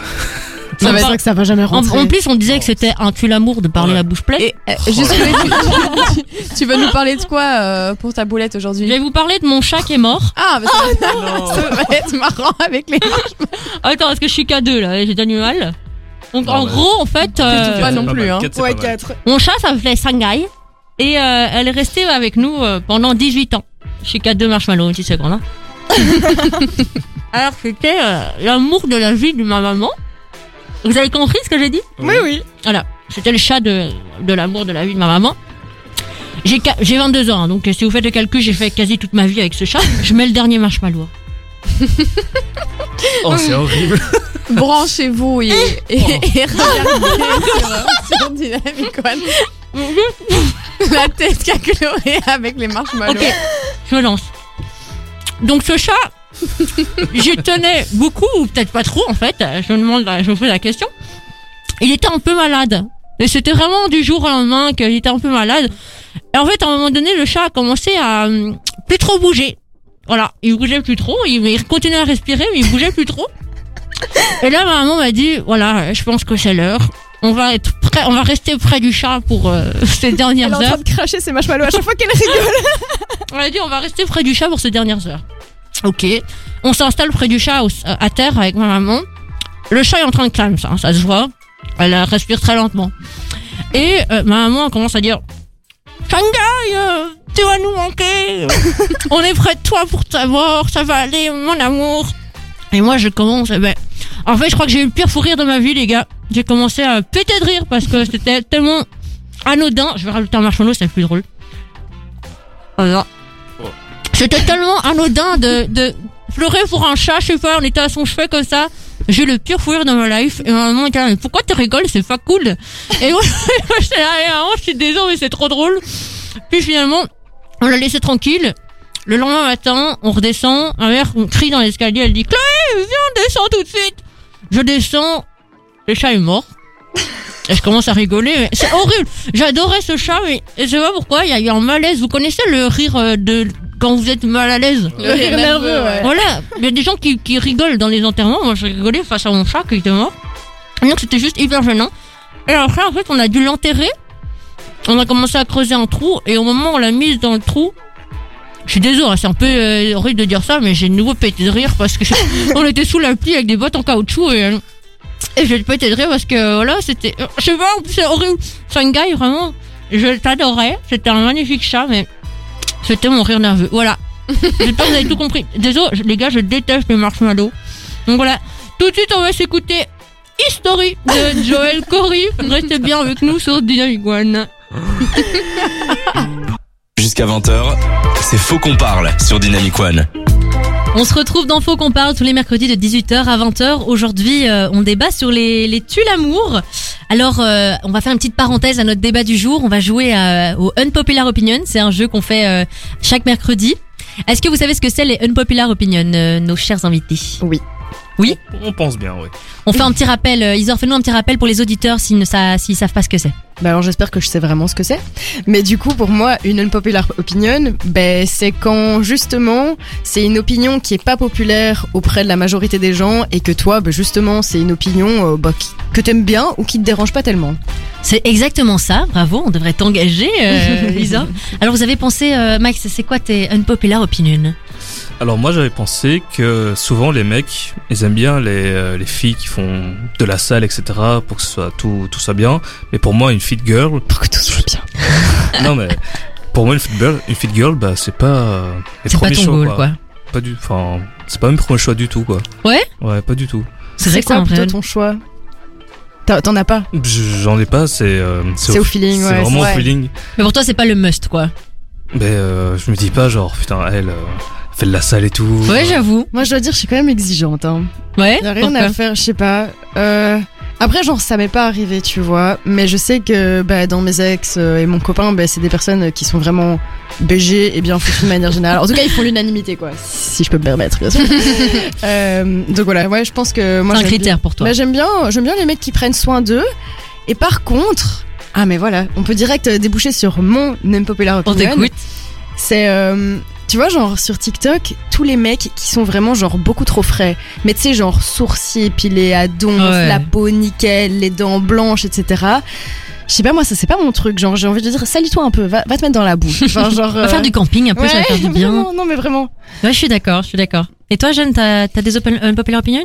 B: Non,
D: ça va
B: par-
D: être que ça va jamais
B: En,
D: rentrer.
B: en plus, on disait que c'était un cul amour de parler
E: Ouais.
B: la bouche pleine.
C: Et euh, juste, Chloé, tu, tu- tu vas nous parler de quoi euh, pour ta boulette
B: Je
C: aujourd'hui
B: vais vous parler de mon chat qui est mort.
C: Ah, bah, ça, va- ça va être marrant avec les.
B: Attends, est-ce que je suis K2 là J'ai déjà du mal. Donc
E: Non,
B: en
E: mais-
B: gros, en fait, euh,
C: pas non plus, hein.
D: Ouais, 4.
B: mon chat s'appelait Sangai et euh, elle est restée avec nous euh, pendant 18 ans. Je suis K2 Marshmallow, une petite seconde. hein. Alors c'était euh, l'amour de la vie de ma maman. Vous avez compris ce que j'ai dit
E: Oui,
B: oui. Voilà, c'était le chat de, de l'amour de la vie de ma maman. J'ai ca- j'ai 22 ans, hein, donc euh, si vous faites le calcul, j'ai fait quasi toute ma vie avec ce chat. Je mets le dernier marshmallow.
E: Oh, c'est horrible.
C: Branchez-vous et, et, et regardez sur, sur Dynamic One. La tête qu'a Chloé avec les marshmallows.
B: Ok, je me lance. Donc ce chat, j'y tenais beaucoup, ou peut-être pas trop en fait, euh, je me demande, la- je me pose la question. Il était un peu malade. Et c'était vraiment du jour au lendemain qu'il était un peu malade. Et en fait, à un moment donné, le chat a commencé à euh, plus trop bouger. Voilà, il bougeait plus trop, il, il continuait à respirer, mais il bougeait plus trop. Et là, ma maman m'a dit, voilà, euh, je pense que c'est l'heure. On va être près, on va rester près du chat pour euh, ces dernières
D: Elle est en
B: heures.
D: train de cracher ses marshmallows à chaque fois qu'elle rigole.
B: On a dit on va rester près du chat pour ces dernières heures. Ok. On s'installe près du chat au- à terre avec ma maman. Le chat est en train de calme, ça, ça se voit. Elle euh, respire très lentement.
I: Et euh, ma maman commence à dire Shanghai, euh, tu vas nous manquer. On est près de toi pour t'avoir. Ça va aller, mon amour. Et moi, je commence. eh Ben, en fait, je crois que j'ai eu le pire fou rire de ma vie, les gars. J'ai commencé à péter de rire parce que c'était tellement anodin. Je vais rajouter un marshmallow, c'est plus drôle. Voilà. C'était tellement anodin de, de pleurer pour un chat, je sais pas, on était à son chevet comme ça. J'ai eu le pire fou rire de ma life. Et ma maman était là, Ah, mais pourquoi tu rigoles, c'est pas cool. Et moi, j'étais là, Eh, maman, je suis désolée, mais c'est trop drôle. Puis finalement, on l'a laissé tranquille. Le lendemain matin, on redescend. Ma mère on crie dans l'escalier, elle dit Chloé, viens, on descend tout de suite. Je descends, le chat est mort. Et je commence à rigoler, mais c'est horrible. J'adorais ce chat, mais je sais pas pourquoi, il y a eu un malaise. Vous connaissez le rire euh, de quand vous êtes mal à l'aise
C: Le rire nerveux, ouais.
I: Voilà, il y a des gens qui, qui rigolent dans les enterrements. Moi, je rigolais face à mon chat qui était mort. Donc, c'était juste hyper gênant. Et après, en fait, on a dû l'enterrer. On a commencé à creuser un trou, et au moment où on l'a mise dans le trou, je suis désolée, c'est un peu euh, horrible de dire ça, mais j'ai de nouveau pété de rire parce que on était sous la pluie avec des bottes en caoutchouc et, euh, et j'ai pété de rire parce que voilà, c'était, euh, je sais pas, c'est horrible. Shanghai, vraiment, je t'adorais, c'était un magnifique chat, mais c'était mon rire nerveux. Voilà. J'espère que vous avez tout compris. Désolé, je- les gars, je déteste les marshmallows. Donc voilà. Tout de suite, on va s'écouter History de Joël Cory. Restez bien avec nous sur Dynamic One.
A: Jusqu'à 20h, c'est Faux qu'on parle sur Dynamic One.
B: On se retrouve dans Faux qu'on parle tous les mercredis de 18h à 20h. Aujourd'hui, euh, on débat sur les, les tu l'amour. Alors, euh, on va faire une petite parenthèse à notre débat du jour. On va jouer à- au Unpopular Opinion. C'est un jeu qu'on fait euh, chaque mercredi. Est-ce que vous savez ce que c'est les Unpopular Opinion, euh, nos chers invités
E: On pense bien, oui.
B: On fait un petit rappel. euh, Isor, fais-nous un petit rappel pour les auditeurs s'ils ne sa- s'ils savent pas ce que c'est.
D: Bah alors j'espère que je sais vraiment ce que c'est. Mais du coup pour moi une unpopular opinion, ben c'est quand justement c'est une opinion qui est pas populaire auprès de la majorité des gens et que toi ben, justement c'est une opinion euh, bah, qui- que t'aimes bien ou qui te dérange pas tellement.
B: C'est exactement ça. Bravo, on devrait t'engager, euh, Isor. Alors, vous avez pensé, euh, Mike, c'est- c'est quoi tes Unpopular Opinion
E: Alors moi j'avais pensé que souvent les mecs, ils aiment bien les, euh, les filles qui font de la salle, etc. pour que ce soit tout, tout soit bien. Mais pour moi une fit girl,
D: Pour que tout soit bien.
E: non mais pour moi une fit girl, une fit girl bah c'est pas euh, les
B: C'est pas
E: premiers
B: ton
E: choix,
B: goal, quoi.
E: Pas du, enfin c'est pas mes premiers choix du tout quoi.
B: Ouais
E: Ouais pas du tout.
B: C'est vrai que c'est
D: quoi
B: un
D: plutôt
B: vrai.
D: ton choix T'as- T'en as pas
E: Je- J'en ai pas, c'est euh,
D: C'est au feeling,
E: c'est
D: ouais,
E: vraiment
D: c'est
E: au
D: vrai.
E: feeling.
B: Mais pour toi, c'est pas le must, quoi.
E: Mais euh, je me dis pas genre putain elle euh, fait de la salle et tout. Euh,
B: Ouais, j'avoue.
D: Moi je dois dire je suis quand même exigeante. Hein.
B: Ouais.
D: Y a rien
B: pourquoi
D: à faire, je sais pas. Euh, Après, genre, ça m'est pas arrivé, tu vois. Mais je sais que bah, dans mes ex euh, et mon copain, bah, c'est des personnes qui sont vraiment BG et bien foutues de manière générale. En tout cas, ils font l'unanimité, quoi. Si je peux me permettre, bien sûr. Euh, donc voilà, ouais, je pense que moi.
B: C'est un
D: j'aime
B: critère pour
D: bien-
B: toi.
D: Bah, j'aime bien, j'aime bien les mecs qui prennent soin d'eux. Et par contre, ah mais voilà, on peut direct euh, déboucher sur mon unpopular
B: On
D: opinion.
B: t'écoute.
D: C'est. euh, tu vois, genre sur TikTok, tous les mecs qui sont vraiment genre beaucoup trop frais. Mais tu sais, genre sourcils épilés à donf,
B: Ouais.
D: la peau nickel, les dents blanches, etc. Je sais pas, moi, ça c'est pas mon truc. Genre, j'ai envie de dire, salis-toi un peu, va, va te mettre dans la boue. Enfin, genre.
B: On va faire
D: euh,
B: du camping un peu, ça va
D: ouais,
B: faire du bien.
D: vraiment, non, mais vraiment.
B: Ouais, je suis d'accord, je suis d'accord. Et toi, Jeanne, t'as t'as des open, unpopular opinions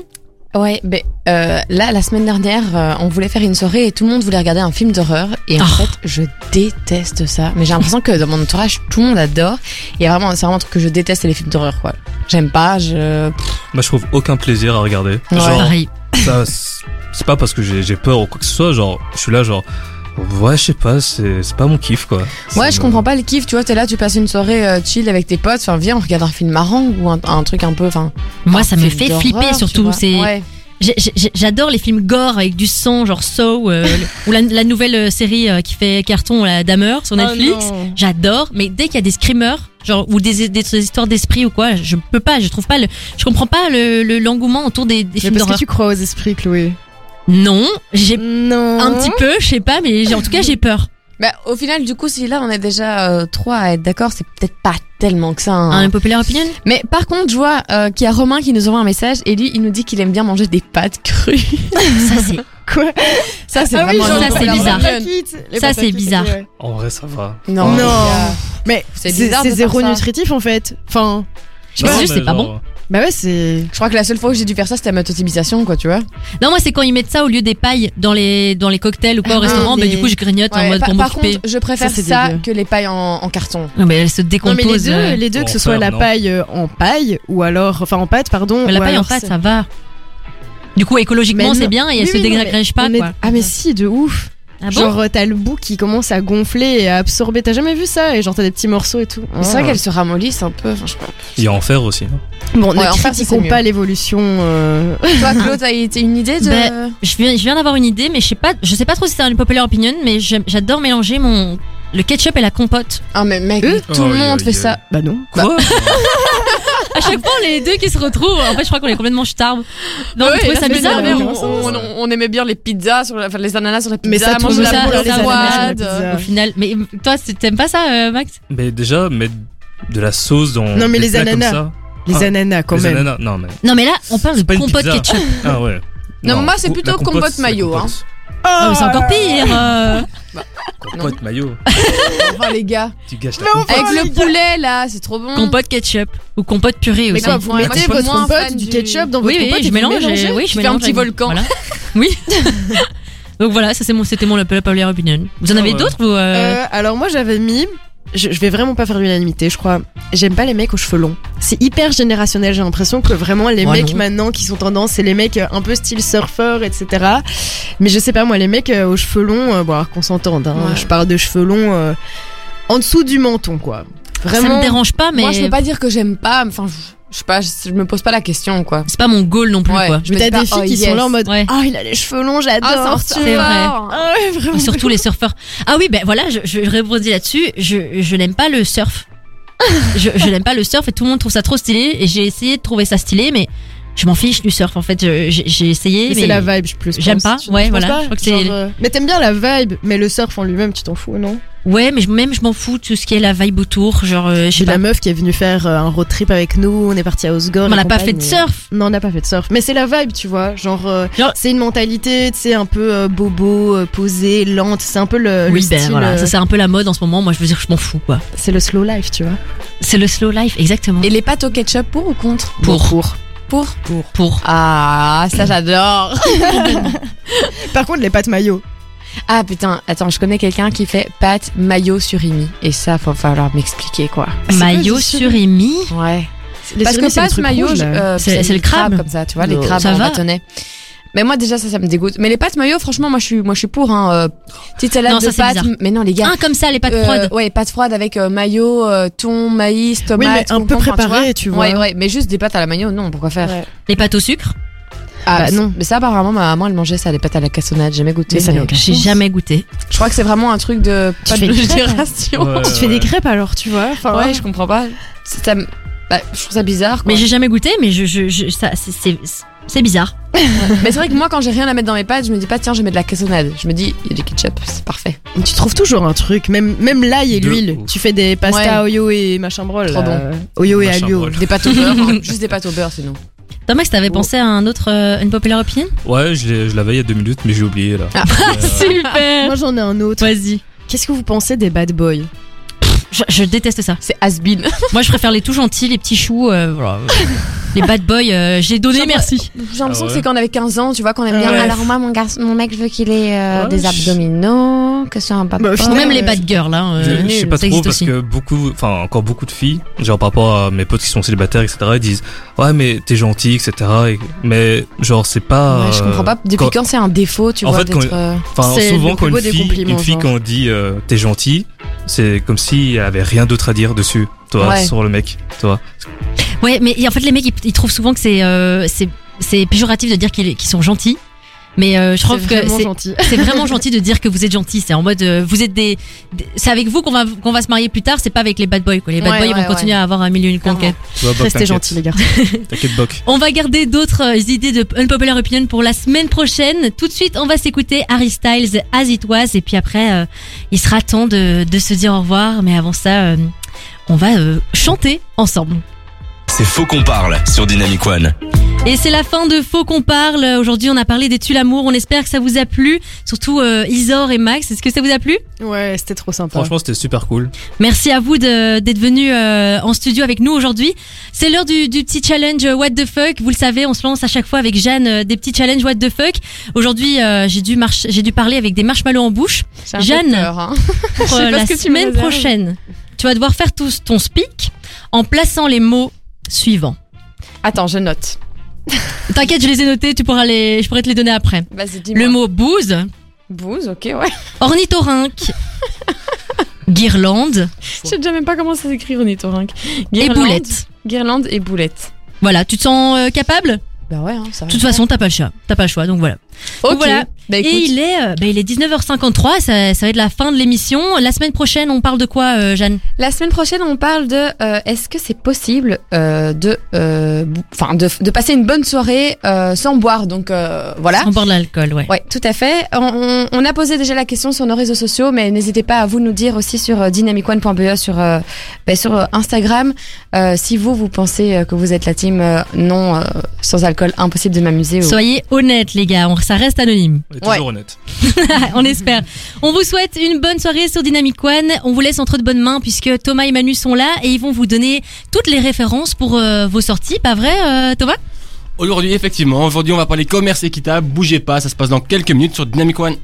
C: Ouais, ben euh, là, la semaine dernière, euh, on voulait faire une soirée et tout le monde voulait regarder un film d'horreur. Et en
B: Ah.
C: fait, je déteste ça. Mais j'ai l'impression que dans mon entourage, tout le monde adore. Et vraiment, c'est vraiment un truc que je déteste, c'est les films d'horreur, quoi. J'aime pas, je.
E: Moi je trouve aucun plaisir à regarder.
C: Ouais.
E: Genre
B: Pareil.
E: ça, c'est c'est pas parce que j'ai j'ai peur ou quoi que ce soit, genre, je suis là, genre, ouais, je sais pas, c'est c'est pas mon kiff, quoi.
C: Ouais, je comprends pas le kiff, tu vois, t'es là, tu passes une soirée euh, chill avec tes potes, enfin, viens, on regarde un film marrant ou un, un truc un peu, enfin.
B: Moi,
C: un
B: ça me
C: film
B: fait
C: d'horreur,
B: flipper
C: tu
B: surtout.
C: vois.
B: C'est,
C: Ouais.
B: j'ai- j'ai- j'adore les films gore avec du sang, genre Saw euh, le- ou la, la nouvelle euh, série euh, qui fait carton, la Dahmer
D: Oh
B: sur Netflix. J'adore, mais dès qu'il y a des screamers, genre ou des, des- des histoires d'esprit ou quoi, je peux pas, je trouve pas le, je comprends pas le le- l'engouement autour des, des
D: Mais
B: films
D: parce
B: d'horreur.
D: que tu crois aux esprits, Chloé.
B: Non, j'ai
D: Non.
B: un petit peu, je sais pas, mais j'ai- en tout cas j'ai peur.
C: Bah, au final, du coup, si là, on est déjà euh, trois à être d'accord, c'est peut-être pas tellement que ça. hein.
B: Un unpopular opinion
C: Mais par contre, je vois euh, qu'il y a Romain qui nous envoie un message et lui, il nous dit qu'il aime bien manger des pâtes crues.
B: Ça c'est
D: Quoi
C: Ça, c'est
D: Ah oui,
C: vraiment
D: genre,
B: ça,
C: une
B: c'est
C: bonne
B: bizarre.
C: raison.
D: Les
B: Ça, c'est
D: patates,
B: bizarre.
D: ouais.
E: En vrai, ça va.
C: Non.
D: Non.
C: les gars.
D: Mais
C: C'est
D: c'est
C: bizarre
D: c'est
C: de faire
D: zéro
C: ça.
D: nutritif en fait. Enfin,
B: Je sais pas,
E: Non,
B: juste,
E: mais
B: c'est pas
E: genre,
D: Bah ouais, c'est.
C: Je crois que la seule fois où j'ai dû faire ça, c'était à ma totimisation, quoi, tu vois.
B: Non, moi, c'est quand ils mettent ça au lieu des pailles dans les, dans les cocktails ou quoi au
C: Ah,
B: restaurant,
D: mais-
B: bah, du coup, je grignote en
C: Ouais,
B: mode
C: par,
B: pour
C: par
B: m'occuper.
C: contre, je préfère
D: Ça, c'est
C: ça,
D: dégueu.
C: que les pailles en, en carton.
B: Non, mais elle se décompose.
D: Non, mais les deux,
B: euh.
D: les deux que
E: Pour
D: ce
E: en
D: soit
E: faire,
D: la
E: non.
D: paille euh, en paille ou alors. Enfin, en pâte, pardon.
B: Mais la
D: ou
B: paille en
D: alors
B: pâte,
D: c'est-
B: ça va. Du coup, écologiquement,
D: Mais
B: c'est
D: non.
B: bien et elle
D: Oui,
B: se
D: oui, non, mais
B: dégrège pas,
D: on est-
B: quoi.
D: Ah, mais si, de ouf.
B: Ah bon
D: genre, euh, t'as le bout qui commence à gonfler et à absorber. T'as jamais vu ça Et genre, t'as des petits morceaux et tout.
C: Mais C'est
D: Ah.
C: vrai qu'elles se ramollissent un peu. Enfin, je sais pas.
E: Il y a en fer aussi. hein.
D: Bon,
C: Ouais,
D: ne
C: en fait,
D: critiquons
C: c'est
D: pas l'évolution. euh,
C: Toi, Claude, t'as t'as une idée de.
B: Ben, Je viens, je viens d'avoir une idée, mais je sais pas, je sais pas trop si c'est une populaire opinion, mais j'aime- j'adore mélanger mon le ketchup et la compote.
C: Ah, mais mec,
D: Euh
C: tout
E: Oh,
C: le monde
E: yo,
C: fait
E: yo.
C: ça.
D: Bah non.
E: Quoi
B: À chaque fois, les deux qui se retrouvent. En fait, je crois qu'on est complètement starbes.
D: Ah
C: Ah
B: Non, vous trouvez ça
C: Mais
B: bizarre
C: non, mais
B: mais
C: on, on- on aimait bien les pizzas, sur la- enfin, les ananas sur la pizza,
D: Mais ça, tout
C: manger
D: le monde
C: la
D: ça-
C: boule à
D: ça, ça,
C: l'avoine.
D: ça, ça, ça.
B: Au final, mais euh, toi, c'est- t'aimes pas ça, euh, Max
E: Mais déjà, mettre de la sauce dans.
D: Non, mais
E: des
D: les
E: plats comme
D: ananas,
E: ça.
D: Les
E: Ah,
D: ananas, quand
E: les
D: même.
E: ananas, non, mais.
B: Non, mais là, on parle de
E: C'est pas une
B: compote
E: pizza.
B: ketchup.
E: Ah ouais.
C: Non, moi, c'est
E: co-
C: plutôt
E: la
C: compote
E: c'est la
C: mayo, hein.
E: compote.
B: Ah, mais c'est encore pire.
D: Hum.
B: euh.
E: Compote mayo.
C: Oh, les gars.
E: Tu gâches ta
D: Mais on
E: compote.
B: Ah,
C: Avec
D: Oh, les
C: le
D: gars.
C: poulet, là, c'est trop bon.
B: Compote ketchup ou compote purée
D: Mais
B: aussi.
D: quand vous
C: moi,
D: mettez
C: je suis
D: votre
C: moins
D: compote,
C: fan
D: du
C: du-
D: ketchup dans
B: Oui,
D: votre
B: oui,
D: compote, et
B: je
D: vous
B: mélange.
D: mélangez.
B: euh, Oui, je
C: Tu fais un
B: mélange
C: petit
B: avec-
C: volcan.
B: voilà. Oui. Donc voilà, ça c'est mon, c'était mon le populaire opinion. Vous en
E: Ah
B: avez
C: Oh,
E: ouais.
B: d'autres vous euh,
D: Euh, alors moi j'avais mis, je, je vais vraiment pas faire l'unanimité, je crois. J'aime pas les mecs aux cheveux longs. C'est hyper générationnel. J'ai l'impression que vraiment les
B: Ouais,
D: mecs
B: non.
D: maintenant qui sont tendance, c'est les mecs euh, un peu style surfeur, etc. Mais je sais pas moi, les mecs euh, aux cheveux longs, euh, bon alors qu'on s'entende. hein,
C: Ouais.
D: Je parle de cheveux longs euh, en dessous du menton, quoi. Vraiment.
B: Ça me dérange pas, mais
C: Moi, je peux pas dire que j'aime pas. Enfin, je- je sais pas, je je me pose pas la question, quoi.
B: c'est pas mon goal non plus
C: Ouais,
B: quoi.
C: je
D: Mais
C: me
D: t'as
C: dis pas,
D: des filles
C: oh,
D: qui sont
C: yes.
D: là en mode,
B: Ouais.
D: ah il a les cheveux longs, j'adore.
C: Ah,
D: tu
C: c'est
B: c'est
D: vois.
B: vrai.
D: Ah ouais, vraiment.
B: Surtout les surfeurs. Ah oui, ben voilà, je, je rebondis là-dessus. Je, je n'aime pas le surf. je je n'aime pas le surf et tout le monde trouve ça trop stylé. Et j'ai essayé de trouver ça stylé, mais je m'en fiche du surf en fait. Je- J'ai j'ai essayé.
D: Mais
B: Mais
D: c'est la vibe, je plus.
B: J'aime
D: pense.
B: pas,
D: Tu- tu
B: ouais,
D: penses
B: voilà,
D: pas
B: je crois que c'est-
D: Genre, euh, Mais t'aimes bien la vibe, mais le surf en lui-même, tu t'en fous, non
B: Ouais, mais je- même je m'en fous de tout ce qui est la vibe autour. Genre, euh, je sais
D: J'ai
B: pas.
D: la meuf qui est venue faire euh, un road trip avec nous, on est parti à Osgore.
B: On
D: la
B: n'a pas
D: campagne,
B: fait de
D: et-
B: surf.
D: Non, on n'a pas fait de surf. Mais c'est la vibe, tu vois. Genre, euh,
B: Genre-
D: c'est une mentalité, tu sais, un peu euh, bobo, euh, posée, lente. C'est un peu le, le
B: Oui,
D: style.
B: ben voilà,
D: euh,
B: ça c'est un peu la mode en ce moment. Moi, je veux dire, je m'en fous quoi.
D: c'est le slow life, tu vois.
B: C'est le slow life, exactement.
C: Et les pâtes au ketchup, pour ou contre
B: pour,
D: Pour.
C: Pour
B: pour, pour.
C: Ah, ça j'adore.
D: Par contre, les pâtes maillot.
C: ah putain, attends, je connais quelqu'un qui fait pâtes maillot surimi. Et ça, faut falloir m'expliquer quoi.
B: Maillot
D: c'est-
B: surimi.
C: Ouais. Parce que pâtes maillot, je- euh,
B: C'est- c'est le crabe.
C: comme ça, tu vois, les
B: Oh,
C: crabes
B: ça
C: en
B: va.
C: bâtonnet. Mais moi déjà ça, ça me dégoûte. Mais les pâtes maillot, franchement, moi je suis, moi je suis pour. Hein, euh, petite salade
B: Non, ça,
C: de
B: c'est
C: pâtes.
B: bizarre.
C: Mais non les gars.
B: Ah, comme ça, les pâtes
C: euh,
B: froides.
C: ouais, pâtes froides avec euh, maillot, euh, thon, maïs, tomate.
D: Oui, mais un
C: concombre,
D: peu
C: enfin, bah, tu
D: préparé, tu
C: vois.
D: vois.
C: Ouais, ouais, mais juste des pâtes à la maillot, non, pourquoi faire
D: Ouais.
B: Les pâtes au sucre.
C: Ah
D: Bah,
C: non,
D: non.
C: mais ça apparemment ma maman elle mangeait ça, les pâtes à la cassonade, jamais goûté.
D: Mais ça n'a
C: mais
D: aucun
B: J'ai
D: sens.
B: jamais goûté.
C: Je crois que c'est vraiment un truc de
D: Tu fais une crêpe,
C: génération.
E: Ouais,
D: Tu te fais
E: ouais.
D: des crêpes alors, tu vois. Enfin,
C: Ouais, je comprends pas. C'est- ça me- bah, je trouve ça bizarre. quoi.
B: Mais j'ai jamais goûté, mais je, je, je- ça, c'est- c'est c'est bizarre.
C: Mais c'est vrai que moi, quand j'ai rien à mettre dans mes pâtes, je me dis pas tiens, je mets de la cassonade. Je me dis il y a du ketchup, c'est parfait.
D: Tu trouves toujours un truc, même, même l'ail et
E: De
D: l'huile.
E: ouf.
D: Tu fais des pastas oyo et machin brol.
C: Trop
D: là.
B: Euh.
D: Oyo et
E: Machin
D: aglio.
E: brol.
C: Des pâtes au beurre, hein. juste des pâtes au beurre sinon.
B: Toi, Max, t'avais pensé à un autre, euh, une populaire opinion
E: Ouais, je l'ai- je l'avais il y a deux minutes, mais j'ai oublié là.
C: Ah.
E: Euh,
B: Super
D: Moi, j'en ai un autre.
B: Vas-y.
D: Qu'est-ce que vous pensez des bad boys
B: Je, je déteste ça.
C: C'est has-been.
B: Moi, je préfère les tout gentils, les petits choux, euh, voilà. les bad boys. euh, j'ai donné,
C: Genre,
B: merci.
C: J'ai l'impression
E: Ah ouais.
C: que c'est quand on avait 15 ans, tu vois, qu'on aime
D: Ouais.
C: bien.
D: Ouais.
C: Alors moi, mon garçon, mon mec, je veux qu'il ait euh,
E: Ouais,
C: des
E: je-
C: abdominaux, que ce soit un papa.
D: Bah, au
B: Ou
D: final,
B: même
D: Ouais.
B: les bad girls, hein. euh,
E: je, je sais pas
B: ça
E: trop
B: existe
E: parce
B: aussi.
E: que beaucoup, enfin encore beaucoup de filles, genre par rapport à mes potes qui sont célibataires, etc., ils disent ouais mais t'es gentil, etc. et- mais genre c'est
B: Bah,
E: pas.
C: Ouais, je
E: euh,
C: comprends pas. Depuis
E: quand-
C: quand, c'est un défaut, tu
E: En
C: vois,
E: fait, quand-
C: d'être, euh,
E: Enfin,
D: C'est
E: souvent
D: le plus
E: quand une
D: beau des
E: fille,
D: compliments,
E: une fille
D: genre.
E: quand on dit euh, t'es gentil, c'est comme si elle avait rien d'autre à dire dessus, toi,
C: Ouais.
E: sur le mec, toi.
B: Ouais, mais et en fait, les mecs, ils, ils trouvent souvent que c'est euh, c'est- c'est péjoratif de dire qu'ils qu'ils sont gentils. Mais euh, je trouve
D: C'est
B: que
D: vraiment
B: c'est
D: gentil.
B: C'est vraiment gentil de dire que vous êtes gentil. C'est en mode, euh, vous êtes des. des- c'est avec vous qu'on va, qu'on va se marier plus tard, c'est pas avec les bad boys. Quoi. Les bad
C: Ouais,
B: boys ils
C: ouais,
B: vont continuer à avoir un million de
C: Clairement.
B: conquêtes.
E: Tu vois, Boc,
D: Restez
E: t'inquiète.
D: gentils, les gars.
E: T'inquiète, Boc.
B: On va garder d'autres euh, idées de Unpopular Opinion pour la semaine prochaine. Tout de suite, on va s'écouter Harry Styles As It Was. Et puis après, euh, il sera temps de, de se dire au revoir. Mais avant ça, euh, on va euh, chanter ensemble.
A: C'est Faux qu'on parle sur Dynamic One.
B: Et c'est la fin de Faux qu'on parle. Aujourd'hui, on a parlé des tu l'amour. On espère que ça vous a plu. Surtout euh, Isor et Max. Est-ce que ça vous a plu
D: Ouais, c'était trop sympa.
E: Franchement, c'était super cool.
B: Merci à vous de- d'être venus euh, en studio avec nous aujourd'hui. C'est l'heure du, du petit challenge euh, What the fuck. Vous le savez, on se lance à chaque fois avec Jeanne euh, des petits challenges What the fuck. Aujourd'hui, euh, j'ai dû marche- j'ai dû parler avec des marshmallows en bouche
C: J'ai un peu
B: Jeanne.
C: peur, hein.
B: pour
C: sais
B: euh,
C: pas
B: la
C: ce que tu me
B: semaine
C: réserves.
B: prochaine. Tu vas devoir faire tout ton speak en plaçant les mots suivants.
C: Attends, je note.
B: T'inquiète, je les ai notés. Tu pourras les, je pourrais te les donner après.
C: Vas-y, dis-moi.
B: Le mot bouse,
C: Bouse, ok, ouais.
B: ornithorynque, guirlande
C: Je sais déjà même pas comment ça s'écrit, ornithorynque.
B: et
C: Guirlande-
B: boulette.
C: Guirlande et boulette.
B: Voilà, tu te sens euh, capable
C: Bah ouais, hein, ça
B: De toute façon, t'as pas le choix. T'as pas le choix, donc voilà.
C: Ok,
B: Donc voilà.
C: bah écoute,
B: Et il est, euh, bah, il est 19h53, ça, ça va être la fin de l'émission. La semaine prochaine, on parle de quoi, euh, Jeanne
C: la semaine prochaine, on parle de euh, est-ce que c'est possible euh, de, euh, bou- enfin, de, de passer une bonne soirée euh, sans boire. Donc euh, voilà.
B: On parle de l'alcool, ouais.
C: Ouais, tout à fait. On, on- on a posé déjà la question sur nos réseaux sociaux, mais n'hésitez pas à vous nous dire aussi sur euh, dynamicone.be, sur, euh, ben, sur euh, Instagram, euh, si vous, vous pensez euh, que vous êtes la team euh, non euh, sans alcool, impossible de m'amuser. ou-
B: Soyez honnêtes, les gars, on- ça reste anonyme.
E: On est
C: Ouais.
E: toujours honnête.
B: on espère. On vous souhaite une bonne soirée sur Dynamic One. On vous laisse entre de bonnes mains puisque Thomas et Manu sont là et ils vont vous donner toutes les références pour euh, vos sorties, pas vrai, euh, Thomas
J: Aujourd'hui, effectivement, aujourd'hui on va parler commerce équitable. Bougez pas, ça se passe dans quelques minutes sur Dynamic One.